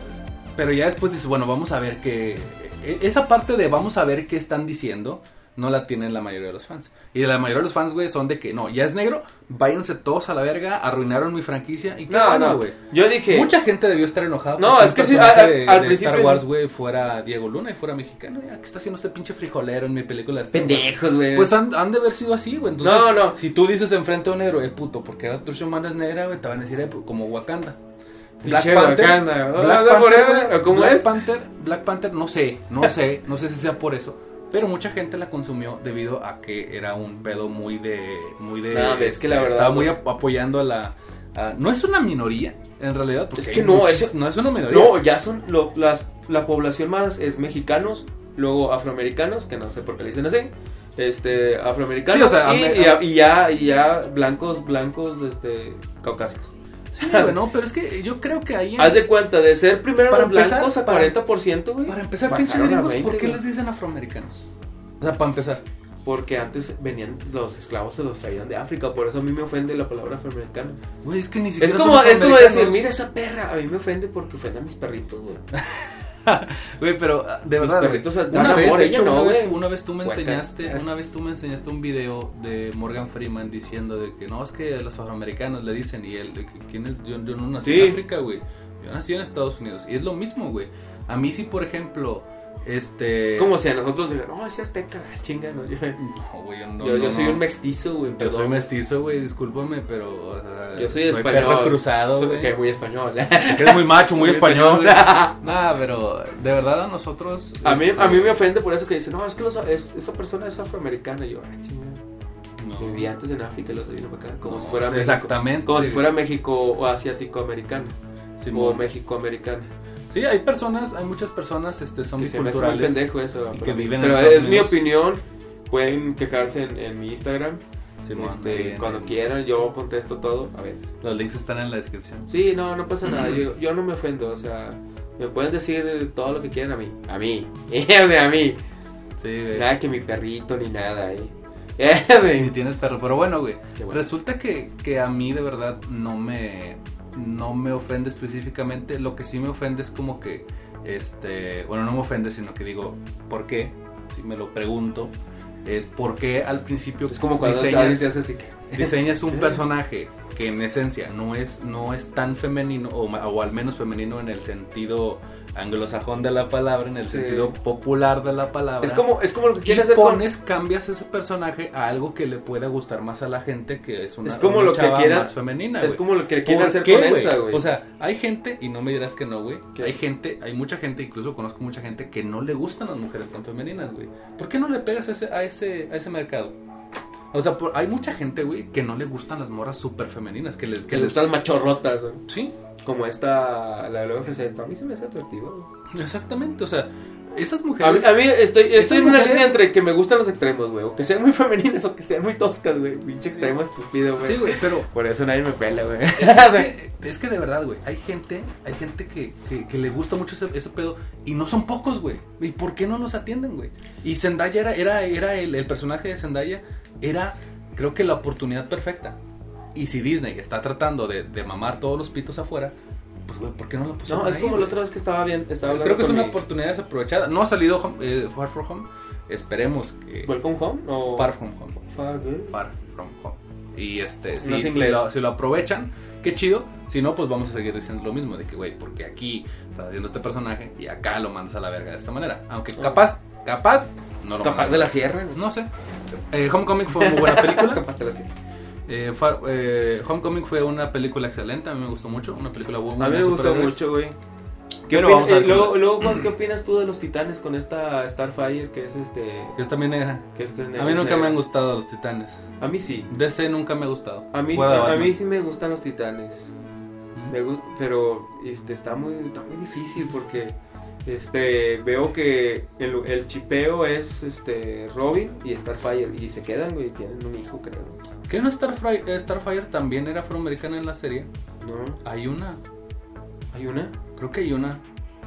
Speaker 1: pero ya después dices, bueno, vamos a ver qué e- esa parte de vamos a ver qué están diciendo no la tienen la mayoría de los fans. Y la mayoría de los fans, güey, son de que no, ya es negro, váyanse todos a la verga, arruinaron mi franquicia y qué
Speaker 2: Ah, No,
Speaker 1: bueno,
Speaker 2: no.
Speaker 1: güey.
Speaker 2: Yo dije.
Speaker 1: Mucha gente debió estar enojada.
Speaker 2: No,
Speaker 1: porque
Speaker 2: es
Speaker 1: un
Speaker 2: que sí,
Speaker 1: personaje
Speaker 2: al-
Speaker 1: de,
Speaker 2: al
Speaker 1: de
Speaker 2: principio
Speaker 1: Star Wars,
Speaker 2: sí.
Speaker 1: güey, fuera Diego Luna y fuera mexicano. Ya, ¿Qué está haciendo este pinche frijolero en mi película? de Star Wars?
Speaker 2: Pendejos, güey.
Speaker 1: Pues han, han de haber sido así, güey. Entonces,
Speaker 2: No, no.
Speaker 1: Si tú dices enfrente a un héroe, eh, puto, porque la Torcha Humana es negra, güey, te van a decir, eh, pu- como Wakanda.
Speaker 2: Pinche Wakanda.
Speaker 1: Black
Speaker 2: Hola,
Speaker 1: Panther,
Speaker 2: forever,
Speaker 1: güey,
Speaker 2: Ah, ¿o cómo
Speaker 1: Black
Speaker 2: es?
Speaker 1: Panther, Black Panther, no sé, no sé, no sé si sea por eso. Pero mucha gente la consumió debido a que era un pedo muy de. Muy de este,
Speaker 2: No, ves que la verdad,
Speaker 1: Estaba muy
Speaker 2: los-
Speaker 1: ap- apoyando a la. a- no es una minoría, en realidad. Porque
Speaker 2: Es
Speaker 1: hay
Speaker 2: que no,
Speaker 1: muchis-
Speaker 2: eso-
Speaker 1: no es una minoría.
Speaker 2: No, ya son lo- las, la población más es mexicanos, luego afroamericanos, que no sé por qué le dicen así, este, afroamericanos
Speaker 1: Sí, o sea,
Speaker 2: y,
Speaker 1: ame-
Speaker 2: y ya- y ya, y ya blancos, blancos, este, caucásicos.
Speaker 1: Sí, güey, no, pero es que yo creo que ahí. en-
Speaker 2: Haz de cuenta de ser primero
Speaker 1: Para
Speaker 2: los
Speaker 1: empezar,
Speaker 2: blancos
Speaker 1: para-
Speaker 2: a 40%, güey.
Speaker 1: Para empezar,
Speaker 2: bajaron
Speaker 1: pinches
Speaker 2: a
Speaker 1: gringos,
Speaker 2: 20,
Speaker 1: ¿por qué
Speaker 2: güey.
Speaker 1: les dicen afroamericanos? O sea, para empezar.
Speaker 2: Porque antes venían los esclavos, se los traían de África. Por eso a mí me ofende la palabra afroamericano.
Speaker 1: Güey, es que ni siquiera.
Speaker 2: Es como,
Speaker 1: somos
Speaker 2: es como
Speaker 1: americanos.
Speaker 2: decir, mira esa perra. A mí me ofende porque ofende a mis perritos,
Speaker 1: [LAUGHS]
Speaker 2: güey.
Speaker 1: Güey, pero ah, de
Speaker 2: Los
Speaker 1: verdad. güey.
Speaker 2: perritos dan
Speaker 1: Una vez,
Speaker 2: amor,
Speaker 1: de
Speaker 2: ella
Speaker 1: hecho,
Speaker 2: no,
Speaker 1: una, vez,
Speaker 2: güey.
Speaker 1: una vez tú me
Speaker 2: Huerca.
Speaker 1: enseñaste, una vez tú me enseñaste un video de Morgan Freeman diciendo de que no, es que a los afroamericanos le dicen y él, de que, ¿quién es? Yo, yo no nací
Speaker 2: Sí.
Speaker 1: en África, güey. Yo nací en Estados Unidos y es lo mismo, güey. A mí sí, por ejemplo, este
Speaker 2: Es como si a nosotros digan, no, ese azteca, la chinga. No, yo,
Speaker 1: No, güey, yo no.
Speaker 2: yo,
Speaker 1: no,
Speaker 2: yo soy
Speaker 1: no.
Speaker 2: un mestizo, güey.
Speaker 1: Yo soy
Speaker 2: perdón.
Speaker 1: mestizo, güey, discúlpame, pero o sea,
Speaker 2: Yo soy
Speaker 1: perro
Speaker 2: español.
Speaker 1: cruzado,
Speaker 2: Soy-
Speaker 1: güey.
Speaker 2: que muy español.
Speaker 1: [LAUGHS] Que eres muy macho, muy
Speaker 2: Muy
Speaker 1: español.
Speaker 2: español. [LAUGHS]
Speaker 1: güey. Nada, pero de verdad a nosotros.
Speaker 2: A mí,
Speaker 1: este,
Speaker 2: a mí me ofende por eso que dicen, no, es que los, es- esa persona es afroamericana. Y yo, ah, chinga.
Speaker 1: no.
Speaker 2: Vivía antes en África y los vino para acá.
Speaker 1: No,
Speaker 2: Como
Speaker 1: pues,
Speaker 2: si fuera México.
Speaker 1: Exactamente.
Speaker 2: Como si fuera México o asiático-americana. o
Speaker 1: Simón.
Speaker 2: México-americana.
Speaker 1: Sí, hay personas, hay muchas personas, este, son
Speaker 2: Que se me hace muy
Speaker 1: biculturales.
Speaker 2: pendejo eso.
Speaker 1: y
Speaker 2: pero-
Speaker 1: que viven en
Speaker 2: Pero
Speaker 1: Estados
Speaker 2: es mi
Speaker 1: Unidos.
Speaker 2: opinión. Pueden quejarse en, en mi Instagram.
Speaker 1: Simón,
Speaker 2: este,
Speaker 1: bien.
Speaker 2: cuando quieran, yo contesto todo a veces.
Speaker 1: Los links están en la descripción.
Speaker 2: Sí, no, no pasa nada.
Speaker 1: [CLEARS THROAT]
Speaker 2: Yo, yo no me ofendo. O sea, me pueden decir todo lo que quieran a mí. A mí. [LAUGHS] de a mí.
Speaker 1: Sí, güey.
Speaker 2: Nada que mi perrito ni nada. Eh. [LAUGHS] de-
Speaker 1: Ni tienes perro, pero bueno, güey.
Speaker 2: Qué bueno.
Speaker 1: Resulta que, que a mí de verdad no me, no me ofende específicamente. Lo que sí me ofende es como que, este, bueno, no me ofende, sino que digo, ¿por qué? Si me lo pregunto, es por qué al principio
Speaker 2: Es como cuando alguien
Speaker 1: diseñas,
Speaker 2: te hace así que.
Speaker 1: diseñas un personaje que en esencia no es, no es tan femenino, o, ma- o al menos femenino en el sentido anglosajón de la palabra, en el
Speaker 2: Sí.
Speaker 1: sentido popular de la palabra.
Speaker 2: Es como, es como lo que
Speaker 1: Y
Speaker 2: quieres hacer con-
Speaker 1: pones, cambias ese personaje a algo que le pueda gustar más a la gente, que es una,
Speaker 2: Es como
Speaker 1: una
Speaker 2: lo que
Speaker 1: chava
Speaker 2: quieran-
Speaker 1: más femenina,
Speaker 2: Es
Speaker 1: güey.
Speaker 2: como lo que quieren
Speaker 1: ¿Por
Speaker 2: hacer
Speaker 1: qué,
Speaker 2: con
Speaker 1: güey?
Speaker 2: Elsa, güey.
Speaker 1: O sea, hay gente, y no me dirás que no, güey.
Speaker 2: ¿Qué?
Speaker 1: Hay gente, hay mucha gente, incluso conozco mucha gente que no le gustan las mujeres tan femeninas, güey. ¿Por qué no le pegas a ese, a ese, a ese mercado? O sea, por- hay mucha gente, güey, que no le gustan las morras súper femeninas, que les...
Speaker 2: que le gustan machorrotas, güey.
Speaker 1: Sí,
Speaker 2: Como esta, la de la UFC, esta, a mí se me hace atractiva. güey.
Speaker 1: exactamente, o sea, esas
Speaker 2: A mí,
Speaker 1: mujeres...
Speaker 2: a mí estoy, estoy en una
Speaker 1: mujeres-
Speaker 2: línea entre que me gustan los extremos, güey. O que sean muy femeninas o que sean muy toscas, güey. Pinche extremo estúpido, güey.
Speaker 1: sí, güey, pero...
Speaker 2: Por eso nadie me pela, güey. [LAUGHS]
Speaker 1: Es que, es que de verdad, güey, hay gente, hay gente que, que- que le gusta mucho ese, ese pedo y no son pocos, güey. ¿Y por qué no los atienden, güey? Y Zendaya era, era, era el, el personaje de Zendaya, era creo que la oportunidad perfecta. Y si Disney está tratando de, de mamar todos los pitos afuera, pues, güey, ¿por qué no lo pusieron
Speaker 2: No, es
Speaker 1: ahí,
Speaker 2: como
Speaker 1: güey?
Speaker 2: la otra vez que estaba bien. Estaba hablando
Speaker 1: Creo que es
Speaker 2: con
Speaker 1: una
Speaker 2: mi-
Speaker 1: oportunidad desaprovechada. No ha salido Home- eh, Far From Home, esperemos que...
Speaker 2: ¿Welcome Home? O...
Speaker 1: Far From Home.
Speaker 2: Far, güey.
Speaker 1: Far From Home. Y este,
Speaker 2: No
Speaker 1: si,
Speaker 2: es
Speaker 1: si
Speaker 2: inglés.
Speaker 1: lo, si lo aprovechan, qué chido. Si no, pues vamos a seguir diciendo lo mismo: de que, güey, porque aquí estás haciendo este personaje y acá lo mandas a la verga de esta manera. Aunque capaz, capaz, no lo
Speaker 2: Ah. Capaz
Speaker 1: mandan.
Speaker 2: de la sierra, güey.
Speaker 1: No sé. Eh, Homecoming fue muy buena película.
Speaker 2: [LAUGHS] Capaz de la sierra.
Speaker 1: Eh, Far- eh, Homecoming fue una película excelente. A mí me gustó mucho. Una película muy
Speaker 2: A mí me
Speaker 1: muy
Speaker 2: gustó
Speaker 1: superhéroes.
Speaker 2: mucho, güey. ¿Qué
Speaker 1: Pero
Speaker 2: opin-
Speaker 1: vamos a
Speaker 2: eh,
Speaker 1: ver cómo
Speaker 2: luego,
Speaker 1: es.
Speaker 2: luego, Juan,
Speaker 1: [CLEARS THROAT]
Speaker 2: ¿qué opinas tú de los titanes con esta Starfire que es este.
Speaker 1: Yo también era.
Speaker 2: que es este
Speaker 1: A mí nunca me han gustado los titanes.
Speaker 2: A mí sí.
Speaker 1: DC nunca me ha gustado.
Speaker 2: A mí,
Speaker 1: Fuera de
Speaker 2: a, a
Speaker 1: Batman.
Speaker 2: mí sí me gustan los titanes. Me gus- pero este, está, muy, está muy difícil porque este, veo que el, el chipeo es este, Robin y Starfire. Y se quedan, güey. y Tienen un hijo, creo.
Speaker 1: ¿Que no Starfire, Starfire también era afroamericana en la serie?
Speaker 2: ¿No?
Speaker 1: Hay una.
Speaker 2: ¿Hay una?
Speaker 1: Creo que hay una.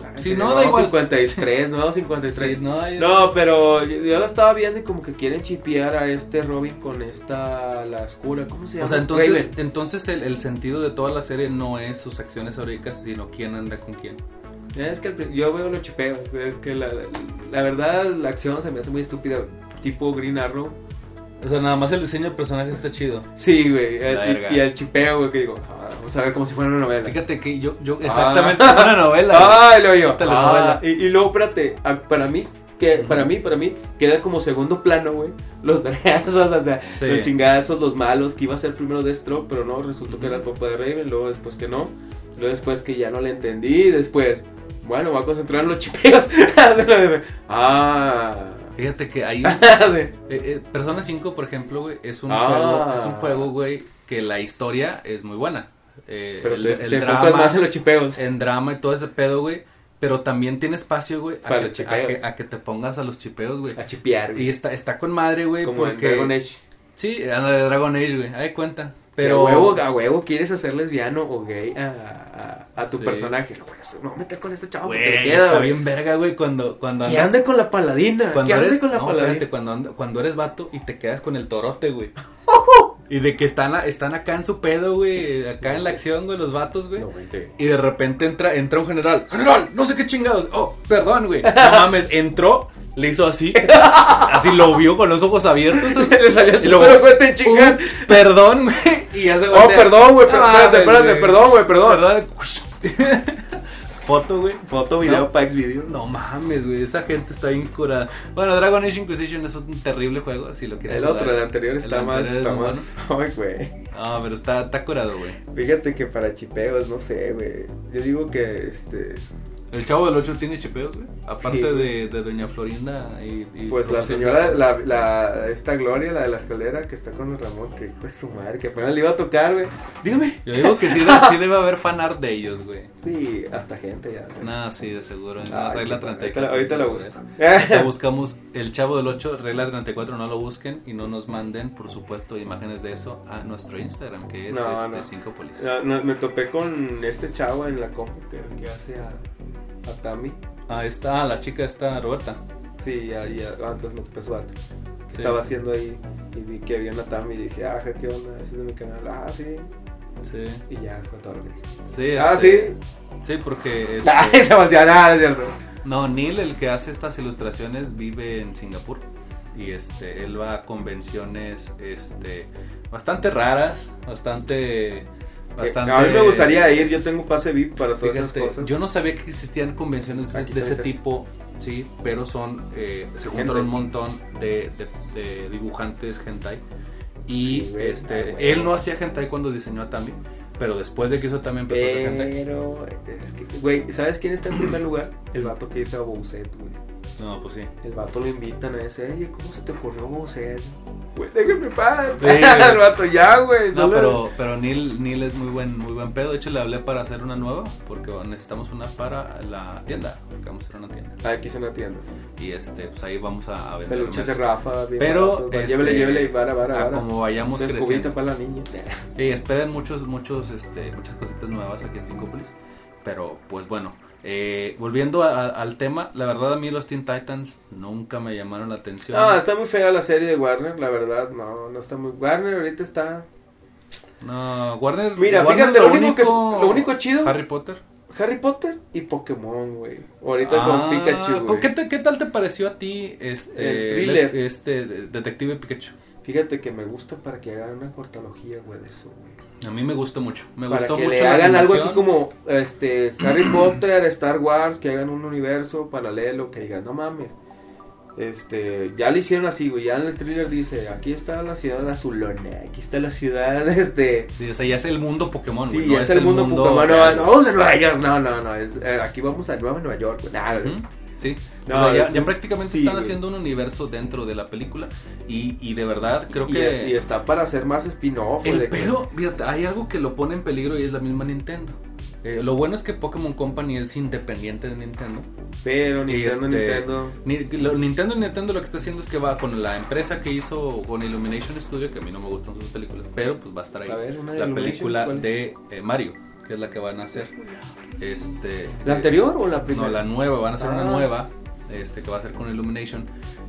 Speaker 2: Ah,
Speaker 1: Si
Speaker 2: sí,
Speaker 1: no, da igual. [LAUGHS]
Speaker 2: 53, no, 53.
Speaker 1: no hay.
Speaker 2: No, pero yo, yo la estaba viendo y como que quieren chipear a este Robin con esta, la oscura, ¿cómo se llama?
Speaker 1: O sea, entonces,
Speaker 2: Raven.
Speaker 1: entonces el, el sentido de toda la serie no es sus acciones heroicas, sino quién anda con quién.
Speaker 2: Es que el pri- yo veo los chipeos, es que la, la- la verdad la acción se me hace muy estúpida, tipo Green Arrow.
Speaker 1: O sea, nada más el diseño del personaje está chido.
Speaker 2: Sí, güey, eh,
Speaker 1: La
Speaker 2: y-
Speaker 1: verga.
Speaker 2: y, el chipeo, güey, que digo, ah, vamos a ver como si fuera una novela.
Speaker 1: Fíjate que yo, yo
Speaker 2: Ah.
Speaker 1: exactamente es una novela.
Speaker 2: Ah, y luego yo.
Speaker 1: Telenovela.
Speaker 2: ah, y, y luego, espérate, ah, para mí, que,
Speaker 1: Ujú.
Speaker 2: para mí, para mí, queda como segundo plano, güey. Los [LAUGHS] vergazos, o sea,
Speaker 1: Sí.
Speaker 2: los chingazos, los malos, que iba a ser primero Deathstroke, pero no, resultó que
Speaker 1: Ujú.
Speaker 2: era el papá de Raven, luego después que no, luego después que ya no le entendí, y después, bueno, voy a concentrar en los chipeos. [LAUGHS] ah. [LAUGHS]
Speaker 1: Fíjate que hay Eh, eh, Persona 5, por ejemplo, güey, es un
Speaker 2: Ah.
Speaker 1: juego, es un juego, güey, que la historia es muy buena. Eh,
Speaker 2: pero
Speaker 1: el,
Speaker 2: te,
Speaker 1: el
Speaker 2: te
Speaker 1: drama,
Speaker 2: enfocas más en los chipeos.
Speaker 1: en drama y todo ese pedo, güey. Pero también tiene espacio, güey, a,
Speaker 2: Para
Speaker 1: que
Speaker 2: los
Speaker 1: te- a
Speaker 2: chipeos.
Speaker 1: que- a que te pongas a los chipeos, güey.
Speaker 2: A chipear, güey.
Speaker 1: Y está, está con madre, güey,
Speaker 2: como en
Speaker 1: porque...
Speaker 2: Dragon Age.
Speaker 1: Sí, anda de Dragon Age, güey. Ahí cuenta.
Speaker 2: Pero
Speaker 1: Pero.
Speaker 2: a huevo, a huevo quieres hacer lesbiano o gay a, a- a tu
Speaker 1: Sí.
Speaker 2: personaje. No, voy a hacer- me voy a meter con este chavo
Speaker 1: Güey,
Speaker 2: porque me queda,
Speaker 1: está
Speaker 2: güey.
Speaker 1: bien verga, güey. Cuando, cuando
Speaker 2: Que ande con la paladina.
Speaker 1: Cuando
Speaker 2: que ande
Speaker 1: eres,
Speaker 2: con la
Speaker 1: no,
Speaker 2: paladina.
Speaker 1: espérate, cuando, and- cuando eres vato y te quedas con el torote,
Speaker 2: [LAUGHS]
Speaker 1: güey. y de que están, a- están acá en su pedo, güey. Acá en la acción, güey, los vatos, güey.
Speaker 2: No, vente.
Speaker 1: Y de repente entra, entra un general. ¡General! ¡No sé qué chingados! ¡Oh, perdón, güey!
Speaker 2: [LAUGHS]
Speaker 1: No mames, entró, le hizo así. Así lo vio con los ojos abiertos. así,
Speaker 2: [LAUGHS] Le salió
Speaker 1: y
Speaker 2: el
Speaker 1: luego,
Speaker 2: tercero, cuenta y chinga.
Speaker 1: "Ups, Perdón, güey. Y ya se
Speaker 2: Oh,
Speaker 1: voltea.
Speaker 2: perdón, güey.
Speaker 1: No
Speaker 2: pero- espérate,
Speaker 1: mames,
Speaker 2: espérate,
Speaker 1: güey.
Speaker 2: perdón, güey, perdón.
Speaker 1: Perdón. [LAUGHS] Foto, güey.
Speaker 2: Foto, video,
Speaker 1: No.
Speaker 2: packs, video.
Speaker 1: No mames, güey, esa gente está bien curada. Bueno, Dragon Age Inquisition es un terrible juego, si lo quieres
Speaker 2: El
Speaker 1: jugar.
Speaker 2: otro, el anterior está más.
Speaker 1: anterior es
Speaker 2: Está
Speaker 1: muy
Speaker 2: más. Ay, güey.
Speaker 1: bueno. No, pero está, está curado, güey.
Speaker 2: Fíjate que para chipeos, no sé, güey. Yo digo que este.
Speaker 1: El chavo del 8 tiene chipeos, güey. Aparte
Speaker 2: Sí, güey.
Speaker 1: de, de Doña Florinda y. y
Speaker 2: Pues la
Speaker 1: profesor
Speaker 2: señora,
Speaker 1: Girafales.
Speaker 2: la, la, esta Gloria, la de la escalera que está con el Ramón, que hijo de su madre, que apenas le iba a tocar, güey. Dígame.
Speaker 1: Yo digo que sí,
Speaker 2: [LAUGHS]
Speaker 1: de- sí debe haber fanart de ellos, güey.
Speaker 2: Sí, hasta gente ya. güey.
Speaker 1: No, sí, de seguro. En la
Speaker 2: Ay,
Speaker 1: regla
Speaker 2: qué padre.
Speaker 1: 34.
Speaker 2: Ahorita,
Speaker 1: sí,
Speaker 2: lo
Speaker 1: güey.
Speaker 2: busco. [LAUGHS]
Speaker 1: Ahorita buscamos el chavo del 8, regla 34. No lo busquen y no nos manden, por supuesto, imágenes de eso a nuestro Instagram, que es
Speaker 2: No,
Speaker 1: este,
Speaker 2: no.
Speaker 1: 5 polis.
Speaker 2: No, no, me topé con este chavo en la compu que, que hace a, a Tami.
Speaker 1: Ah, está, la chica está Roberta.
Speaker 2: Sí, ya, ya, antes me topé su arte.
Speaker 1: Sí.
Speaker 2: Estaba haciendo ahí y vi que había una Tami y dije, ajá, ¿qué onda? Ese es de mi canal. Ah, sí.
Speaker 1: Sí,
Speaker 2: Y ya fue todo lo que dije.
Speaker 1: sí.
Speaker 2: Ah,
Speaker 1: este, Sí, porque este,
Speaker 2: Ay, Sebastián, [LAUGHS] ah, no es cierto.
Speaker 1: no, Neil, el que hace estas ilustraciones, vive en Singapur y este, él va a convenciones, este, bastante raras, bastante, bastante.
Speaker 2: A mí me gustaría ir, yo tengo pase VIP para todas
Speaker 1: Fíjate,
Speaker 2: esas cosas.
Speaker 1: yo no sabía que existían convenciones de,
Speaker 2: Aquí
Speaker 1: de ese
Speaker 2: también.
Speaker 1: tipo, sí, pero son, eh, se juntan
Speaker 2: Gente.
Speaker 1: un montón de, de- de dibujantes hentai y
Speaker 2: Sí, güey,
Speaker 1: este,
Speaker 2: ah, güey.
Speaker 1: él no hacía hentai cuando diseñó a Tami, pero después de que hizo Tami empezó a
Speaker 2: Eh.
Speaker 1: hacer hentai.
Speaker 2: Pero, es que, güey, ¿sabes quién está en primer lugar? El vato que hizo a Bowset, güey.
Speaker 1: No, pues sí.
Speaker 2: El vato lo invitan a ese, oye, ¿cómo se te ocurrió Bowset? Güey, déjenme en paz. [LAUGHS]
Speaker 1: Sí.
Speaker 2: el vato ya, güey.
Speaker 1: No,
Speaker 2: lo-
Speaker 1: pero, pero Neil, Neil es muy buen, muy buen pedo. De hecho, le hablé para hacer una nueva, porque necesitamos una para la tienda. Porque vamos a hacer una tienda.
Speaker 2: Ah, Aquí se una tienda.
Speaker 1: Y este, pues ahí vamos a, a vender.
Speaker 2: Peluches de
Speaker 1: merch.
Speaker 2: Rafa, bien
Speaker 1: Pero,
Speaker 2: baratos, va,
Speaker 1: este,
Speaker 2: Llévele, llévele y vara, vara,
Speaker 1: A
Speaker 2: vara.
Speaker 1: como vayamos
Speaker 2: Entonces,
Speaker 1: creciendo.
Speaker 2: cubita para la niña.
Speaker 1: Sí, esperen muchos, muchos, este, muchas cositas nuevas aquí en Cincópolis. Pero, pues bueno, eh, volviendo a- a- al tema, la verdad a mí los Teen Titans nunca me llamaron la atención.
Speaker 2: No, está muy fea la serie de Warner, la verdad, no, no está muy... Warner ahorita está...
Speaker 1: No, Warner.
Speaker 2: Mira,
Speaker 1: Warner,
Speaker 2: fíjate, lo único, que es- lo único chido, Harry,
Speaker 1: Harry Potter.
Speaker 2: Potter y Pokémon, güey. Ahorita
Speaker 1: Ah,
Speaker 2: con Pikachu,
Speaker 1: ¿con
Speaker 2: güey.
Speaker 1: ¿qué, te- qué tal te pareció a ti este,
Speaker 2: El thriller.
Speaker 1: les- este de- Detective Pikachu?
Speaker 2: Fíjate que me gusta para que hagan una cortalogía, güey, de eso, güey.
Speaker 1: A mí me gustó mucho. Me
Speaker 2: para
Speaker 1: gustó
Speaker 2: que
Speaker 1: mucho.
Speaker 2: le
Speaker 1: la
Speaker 2: hagan algo así
Speaker 1: animación.
Speaker 2: como este
Speaker 1: [CLEARS THROAT]
Speaker 2: Harry Potter, Star Wars, que hagan un universo paralelo, que digan, no mames. Este, ya le hicieron así, güey. Ya en el thriller dice, aquí está la ciudad azulona, aquí está la ciudad, [LAUGHS] este.
Speaker 1: Sí, o sea, ya es el mundo Pokémon.
Speaker 2: Sí,
Speaker 1: güey, no
Speaker 2: es, el mundo, Pokémon, no,
Speaker 1: real.
Speaker 2: es, vamos a Nueva York. No, no, no, es, eh, aquí vamos a Nueva Nueva York, güey. Nah,
Speaker 1: Ujú, Sí,
Speaker 2: No,
Speaker 1: O sea, ya,
Speaker 2: es
Speaker 1: ya
Speaker 2: un-
Speaker 1: prácticamente
Speaker 2: sí,
Speaker 1: están
Speaker 2: güey.
Speaker 1: haciendo un universo dentro de la película y, y de verdad creo
Speaker 2: y,
Speaker 1: que
Speaker 2: y está para hacer más spin-off. güey,
Speaker 1: el
Speaker 2: de que-
Speaker 1: pedo, fíjate, hay algo que lo pone en peligro y es la misma Nintendo. Eh, lo bueno es que Pokémon Company es independiente de Nintendo.
Speaker 2: Pero Nintendo,
Speaker 1: este,
Speaker 2: Nintendo.
Speaker 1: Ni- lo- Nintendo Nintendo lo que está haciendo es que va con la empresa que hizo con Illumination Studio, que a mí no me gustan sus películas, pero pues va a estar ahí.
Speaker 2: A ver, una de
Speaker 1: la
Speaker 2: Illumination,
Speaker 1: película
Speaker 2: ¿cuál es?
Speaker 1: de eh, Mario, que es la que van a hacer. Este,
Speaker 2: ¿La
Speaker 1: eh,
Speaker 2: anterior o la primera?
Speaker 1: No, la nueva, van a hacer
Speaker 2: Ah.
Speaker 1: una nueva, este, que va a ser con Illumination.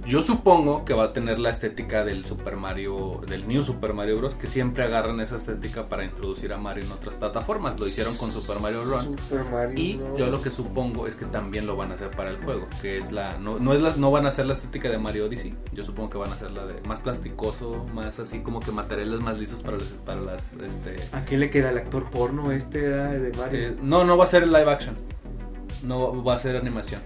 Speaker 1: Yo supongo que va a tener la estética del Super Mario, del New Super Mario Bros. Que siempre agarran esa estética para introducir a Mario en otras plataformas. Lo hicieron con Super Mario Run.
Speaker 2: Super Mario,
Speaker 1: Y
Speaker 2: no.
Speaker 1: yo lo que supongo es que también lo van a hacer para el juego, que es la no, no es la no van a hacer la estética de Mario Odyssey, yo supongo que van a hacer la de más plasticoso, más así como que materiales más lisos para las para las este
Speaker 2: ¿A quién le queda el actor porno este edad de Mario?
Speaker 1: eh, no no va a ser live action. No va a ser animación.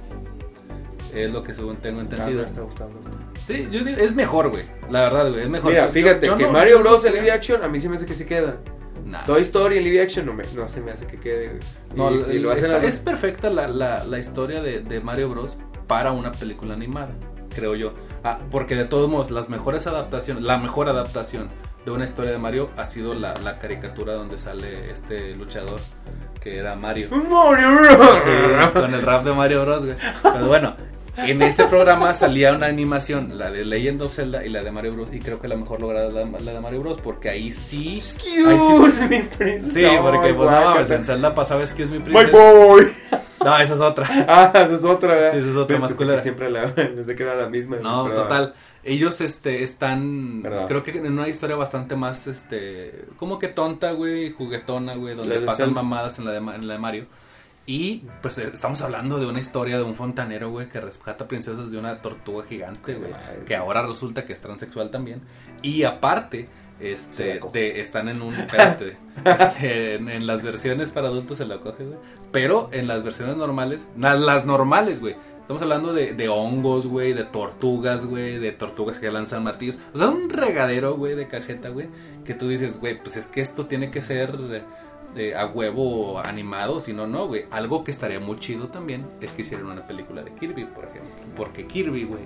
Speaker 1: Es lo que según tengo
Speaker 2: Ah, me
Speaker 1: entendido.
Speaker 2: está gustando esto.
Speaker 1: Sí, yo digo, es mejor, güey. La verdad, güey, es mejor.
Speaker 2: Mira,
Speaker 1: Yo-
Speaker 2: fíjate
Speaker 1: yo
Speaker 2: que
Speaker 1: no-
Speaker 2: Mario Bros. en live action a mí se me hace que sí queda.
Speaker 1: Nah.
Speaker 2: Toy Story en live action no, me- no se me hace que quede. güey.
Speaker 1: No,
Speaker 2: Y
Speaker 1: la-
Speaker 2: si lo hacen
Speaker 1: está-
Speaker 2: a-
Speaker 1: es perfecta la, la- la historia de, de Mario Bros. para una película animada, creo yo. Ah, porque de todos modos, las mejores adaptaciones, la mejor adaptación de una historia de Mario ha sido la, la caricatura donde sale este luchador que era Mario.
Speaker 2: [LAUGHS] Mario Bros. [LAUGHS]
Speaker 1: Sí, con el rap de Mario Bros. güey. Pero bueno, En este programa salía una animación, la de Legend of Zelda y la de Mario Bros. Y creo que la mejor lograda es la, la de Mario Bros. Porque ahí sí.
Speaker 2: Excuse me, princess.
Speaker 1: Sí, porque pues, no mames, en Zelda pasaba es que es mi
Speaker 2: My
Speaker 1: princesa.
Speaker 2: boy. [LAUGHS]
Speaker 1: No, esa es otra.
Speaker 2: Ah, esa es otra, ¿verdad?
Speaker 1: Sí, esa es otra
Speaker 2: Pensé
Speaker 1: más
Speaker 2: que
Speaker 1: culera.
Speaker 2: Siempre la, [LAUGHS] desde que era la misma.
Speaker 1: [LAUGHS] No,
Speaker 2: perdón.
Speaker 1: total. Ellos este, están,
Speaker 2: Perdón.
Speaker 1: creo que en una historia bastante más, este, como que tonta, güey, juguetona, güey,
Speaker 2: La
Speaker 1: donde
Speaker 2: de
Speaker 1: pasan
Speaker 2: Zelda.
Speaker 1: mamadas en la, de, Ma- en la de Mario. Y pues eh, estamos hablando de una historia de un fontanero, güey, que rescata princesas de una tortuga gigante, güey,
Speaker 2: Madre.
Speaker 1: que ahora resulta que es transexual también. Y aparte,
Speaker 2: Se la
Speaker 1: este,
Speaker 2: coge.
Speaker 1: de, están en un,
Speaker 2: [LAUGHS]
Speaker 1: espérate, este, en, en las versiones para adultos se la coge, güey. Pero en las versiones normales, na- las normales, güey. Estamos hablando de, de hongos, güey, de tortugas, güey, de tortugas que lanzan martillos. O sea, un regadero, güey, de cajeta, güey, que tú dices, güey, pues es que esto tiene que ser eh, eh, a huevo animado, si no, no, güey. Algo que estaría muy chido también es que hicieran una película de Kirby, por ejemplo. Porque Kirby, güey,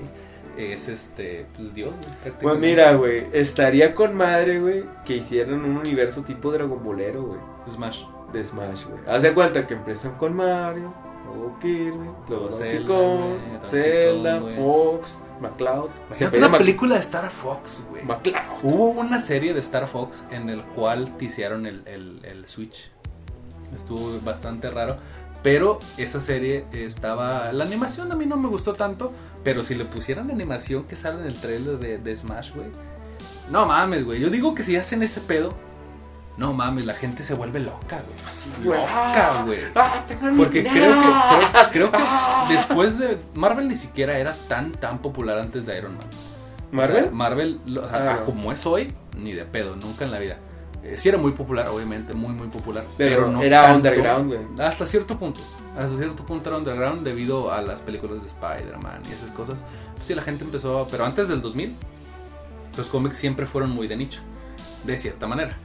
Speaker 1: es este, pues Dios, güey,
Speaker 2: Pues
Speaker 1: prácticamente.
Speaker 2: mira, güey, estaría con madre, güey, que hicieran un universo tipo Dragon Bolero, güey,
Speaker 1: Smash.
Speaker 2: de Smash, güey. Hace cuenta que empiezan con Mario, luego Kirby, luego Donkey
Speaker 1: Zelda,
Speaker 2: Kong,
Speaker 1: güey, Donkey
Speaker 2: Zelda,
Speaker 1: Kong, güey.
Speaker 2: Fox, McCloud.
Speaker 1: Imagínate
Speaker 2: pide
Speaker 1: una
Speaker 2: Mac-
Speaker 1: película de Star Fox, güey.
Speaker 2: McCloud.
Speaker 1: Hubo una serie de Star Fox en el cual te hicieron el, el- el Switch. Estuvo bastante raro. Pero esa serie estaba. La animación a mí no me gustó tanto. Pero si le pusieran la animación que sale en el trailer de, de Smash, güey. No mames, güey. Yo digo que si hacen ese pedo. No mames, la gente se vuelve loca, güey.
Speaker 2: güey.
Speaker 1: Loca, güey.
Speaker 2: Ah, tengan mi
Speaker 1: Porque creo que,
Speaker 2: dinero.
Speaker 1: creo, creo que después de. Marvel ni siquiera era tan, tan popular antes de Iron Man. O sea,
Speaker 2: Marvel.
Speaker 1: Marvel, lo- o sea,
Speaker 2: Ah.
Speaker 1: como es hoy, ni de pedo, nunca en la vida. Eh, sí era muy popular, obviamente, muy, muy popular.
Speaker 2: Pero,
Speaker 1: Pero, no
Speaker 2: era
Speaker 1: tanto.
Speaker 2: underground, güey.
Speaker 1: Hasta cierto punto. Hasta cierto punto era underground debido a las películas de Spider-Man y esas cosas. Pues sí, la gente empezó. Pero antes del 2000, los cómics siempre fueron muy de nicho. De cierta manera.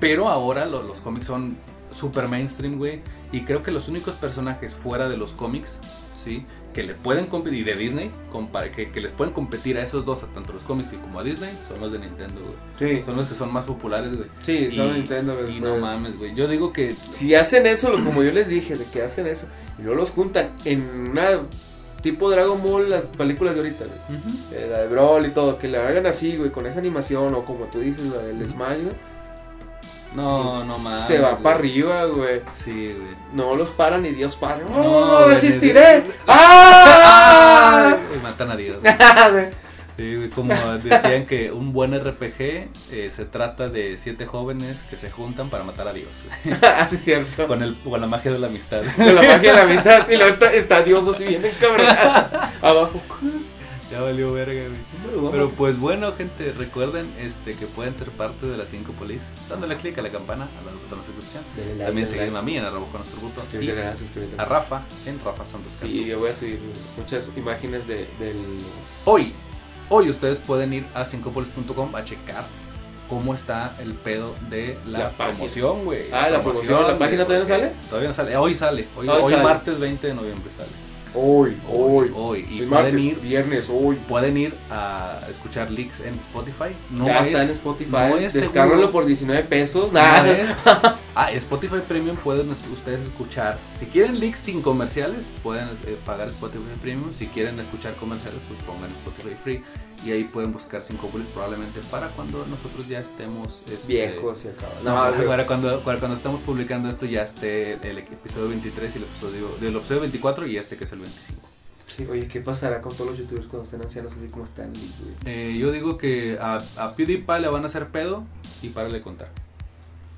Speaker 1: Pero ahora lo- los cómics son super mainstream, güey. Y creo que los únicos personajes fuera de los cómics, ¿sí? Que le pueden competir, y de Disney, compara- que, que les pueden competir a esos dos, a tanto los cómics y como a Disney, son los de Nintendo, güey.
Speaker 2: Sí,
Speaker 1: Son los que son más populares, güey.
Speaker 2: sí, son
Speaker 1: Y-
Speaker 2: Nintendo. güey,
Speaker 1: Y no
Speaker 2: pero-
Speaker 1: mames, güey. Yo digo que
Speaker 2: Si hacen eso, lo- como yo les dije, de que hacen eso, y luego los juntan en una tipo Dragon Ball, las películas de ahorita, güey.
Speaker 1: Ujú.
Speaker 2: Eh, la de Brawl y todo, que la hagan así, güey, con esa animación o como tú dices, la del Smash, güey,
Speaker 1: No, no mames.
Speaker 2: se va
Speaker 1: güey.
Speaker 2: para arriba, güey.
Speaker 1: Sí, güey.
Speaker 2: No los paran ni Dios para. ¡No,
Speaker 1: No,
Speaker 2: no
Speaker 1: güey,
Speaker 2: resistiré!
Speaker 1: ni-
Speaker 2: ¡Ah! [LAUGHS]
Speaker 1: Y matan a Dios. güey. Sí, güey, como decían que un buen RPG eh, se trata de siete jóvenes que se juntan para matar a Dios. güey.
Speaker 2: Así es Ah, cierto. Con,
Speaker 1: Con, el, con la magia de la amistad.
Speaker 2: [LAUGHS] la magia de la amistad y luego está, está Dios así bien cabrón. [LAUGHS] Abajo.
Speaker 1: Ya valió verga, güey. Pero pues bueno, gente, recuerden este, que pueden ser parte de las 5 polis dándole clic a la campana, a los botones de suscripción. También seguirme a mí en arroba con nuestro puto y a Rafa en Rafa Santos Cantú.
Speaker 2: Sí, yo voy a subir muchas imágenes de, del...
Speaker 1: Hoy, hoy ustedes pueden ir a 5polis.com a checar cómo está el pedo de la,
Speaker 2: La página.
Speaker 1: promoción, güey.
Speaker 2: Ah, la promoción, ¿la
Speaker 1: güey,
Speaker 2: página todavía no
Speaker 1: porque
Speaker 2: sale?
Speaker 1: Todavía no sale, hoy sale, hoy,
Speaker 2: Hoy
Speaker 1: hoy
Speaker 2: sale.
Speaker 1: martes 20 de noviembre sale.
Speaker 2: Hoy, hoy.
Speaker 1: Hoy, y
Speaker 2: El
Speaker 1: pueden
Speaker 2: martes,
Speaker 1: ir...
Speaker 2: viernes, hoy.
Speaker 1: Pueden ir a escuchar leaks en Spotify. No
Speaker 2: ya
Speaker 1: es,
Speaker 2: está en Spotify.
Speaker 1: no es
Speaker 2: Descárgalo
Speaker 1: seguro.
Speaker 2: por 19 pesos.
Speaker 1: Una
Speaker 2: Nada.
Speaker 1: vez. Ah, Spotify Premium pueden es- ustedes escuchar. Si quieren leaks sin comerciales, pueden eh, pagar Spotify Premium. Si quieren escuchar comerciales, pues pongan Spotify Free. Y ahí pueden buscar sin copulis probablemente para cuando nosotros ya estemos este,
Speaker 2: Viejo, se acaba.
Speaker 1: No,
Speaker 2: No, se-
Speaker 1: para cuando, para cuando estamos publicando esto ya esté el episodio 23 y el episodio, del episodio 24 y este que es el 25.
Speaker 2: sí, oye, ¿qué pasará con todos los youtubers cuando estén ancianos así como están? güey?
Speaker 1: Eh, yo digo que a, a PewDiePie le van a hacer pedo y para de contar.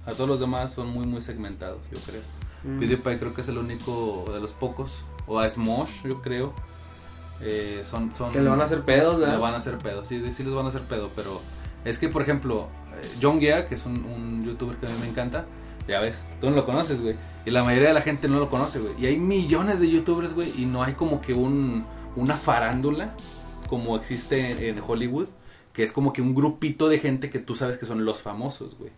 Speaker 1: A todos los demás son muy, muy segmentados, yo creo.
Speaker 2: Mm.
Speaker 1: PewDiePie creo que es el único de los pocos. O a Smosh, yo creo. Eh, son, son,
Speaker 2: Que le van a hacer pedos,
Speaker 1: Le
Speaker 2: ¿verdad?
Speaker 1: van a hacer pedo, sí, sí les van a hacer pedo, pero es que, por ejemplo, eh, John Gea, que es un, un youtuber que a mí me encanta, ya ves, tú no lo conoces, güey. Y la mayoría de la gente no lo conoce, güey. Y hay millones de youtubers, güey, y no hay como que un, una farándula como existe en, en Hollywood, que es como que un grupito de gente que tú sabes que son los famosos, güey.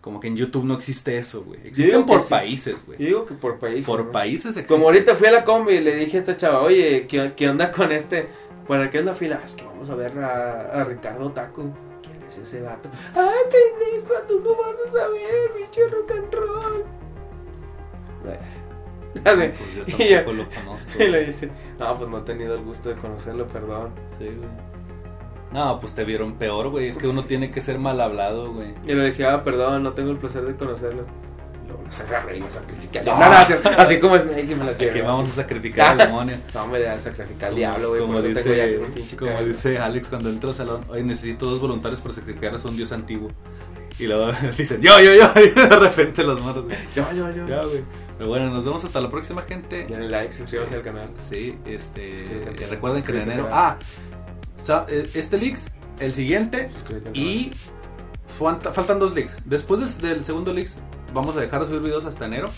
Speaker 1: Como que en YouTube no existe eso, güey. Existen
Speaker 2: digo que
Speaker 1: por
Speaker 2: sí.
Speaker 1: países, güey.
Speaker 2: Yo digo que por país.
Speaker 1: Por
Speaker 2: ¿no?
Speaker 1: países existe.
Speaker 2: Como ahorita fui a la combi y le dije a esta chava, oye, ¿qué, qué onda con este? ¿Para qué es la fila? "Ah, Es que vamos a ver a, a Ricardo Taco. ¿Quién es ese vato? Ay, pendejo, tú no vas a saber, bicho rock and roll. Eh, [LAUGHS] Así.
Speaker 1: Pues yo
Speaker 2: [LAUGHS] Y
Speaker 1: tampoco
Speaker 2: yo-
Speaker 1: lo conozco.
Speaker 2: [LAUGHS] Y le dice, no, pues no he tenido el gusto de conocerlo, perdón.
Speaker 1: Sí, güey. No, pues te vieron peor, güey. Es que uno tiene que ser mal hablado, güey.
Speaker 2: Y le dije, ah, perdón, no tengo el placer de conocerlo. Y Luego nos agarré y nos sacrifica al
Speaker 1: No.
Speaker 2: diablo. No, no, así, así como es, ay, que me la
Speaker 1: Aquí
Speaker 2: lleve,
Speaker 1: vamos a
Speaker 2: así. [LAUGHS]
Speaker 1: sacrificar al demonio.
Speaker 2: No, me la sacrifica al
Speaker 1: Como-
Speaker 2: diablo, güey.
Speaker 1: Como,
Speaker 2: por eso tengo
Speaker 1: dice,
Speaker 2: ya un pinche
Speaker 1: como
Speaker 2: cabello.
Speaker 1: dice Alex cuando entra al salón, hoy necesito dos voluntarios para sacrificar a un dios antiguo. Y luego [LAUGHS] dicen, yo, yo, yo, y de repente los moros. güey.
Speaker 2: Yo, yo, yo.
Speaker 1: Ya, güey. Pero bueno, nos vemos hasta la próxima, gente.
Speaker 2: Denle like, suscríbanse al canal.
Speaker 1: Sí, este.
Speaker 2: Suscríbete al canal,
Speaker 1: recuerden que en
Speaker 2: suscríbete
Speaker 1: enero.
Speaker 2: al
Speaker 1: Ah,
Speaker 2: canal.
Speaker 1: sa- eh, este leaks, el siguiente.
Speaker 2: Suscríbete al canal.
Speaker 1: Y falta- faltan dos leaks. Después del, del segundo leaks, vamos a dejar de subir videos hasta enero.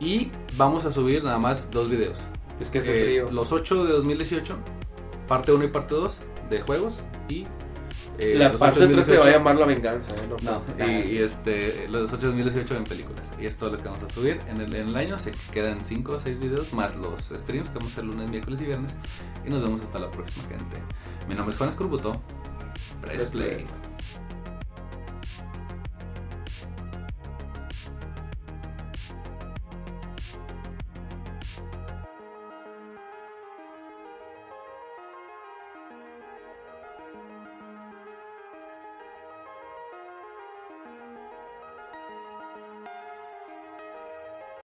Speaker 1: Y vamos a subir nada más dos videos.
Speaker 2: Es que hace
Speaker 1: Eh,
Speaker 2: frío.
Speaker 1: los 8 de 2018, parte 1 y parte 2 de juegos. Y eh,
Speaker 2: La
Speaker 1: los
Speaker 2: parte
Speaker 1: ocho de
Speaker 2: 3 se va a
Speaker 1: 2018
Speaker 2: llamar la venganza, ¿eh? No,
Speaker 1: no, y, y este, los 8 de 2018 en películas. Y es todo lo que vamos a subir. En el, en el año se quedan 5 o 6 videos más los streams que vamos a hacer lunes, miércoles y viernes. Y nos vemos hasta la próxima, gente. Mi nombre es Juan Escorbuto. Press
Speaker 2: Press
Speaker 1: play.
Speaker 2: play.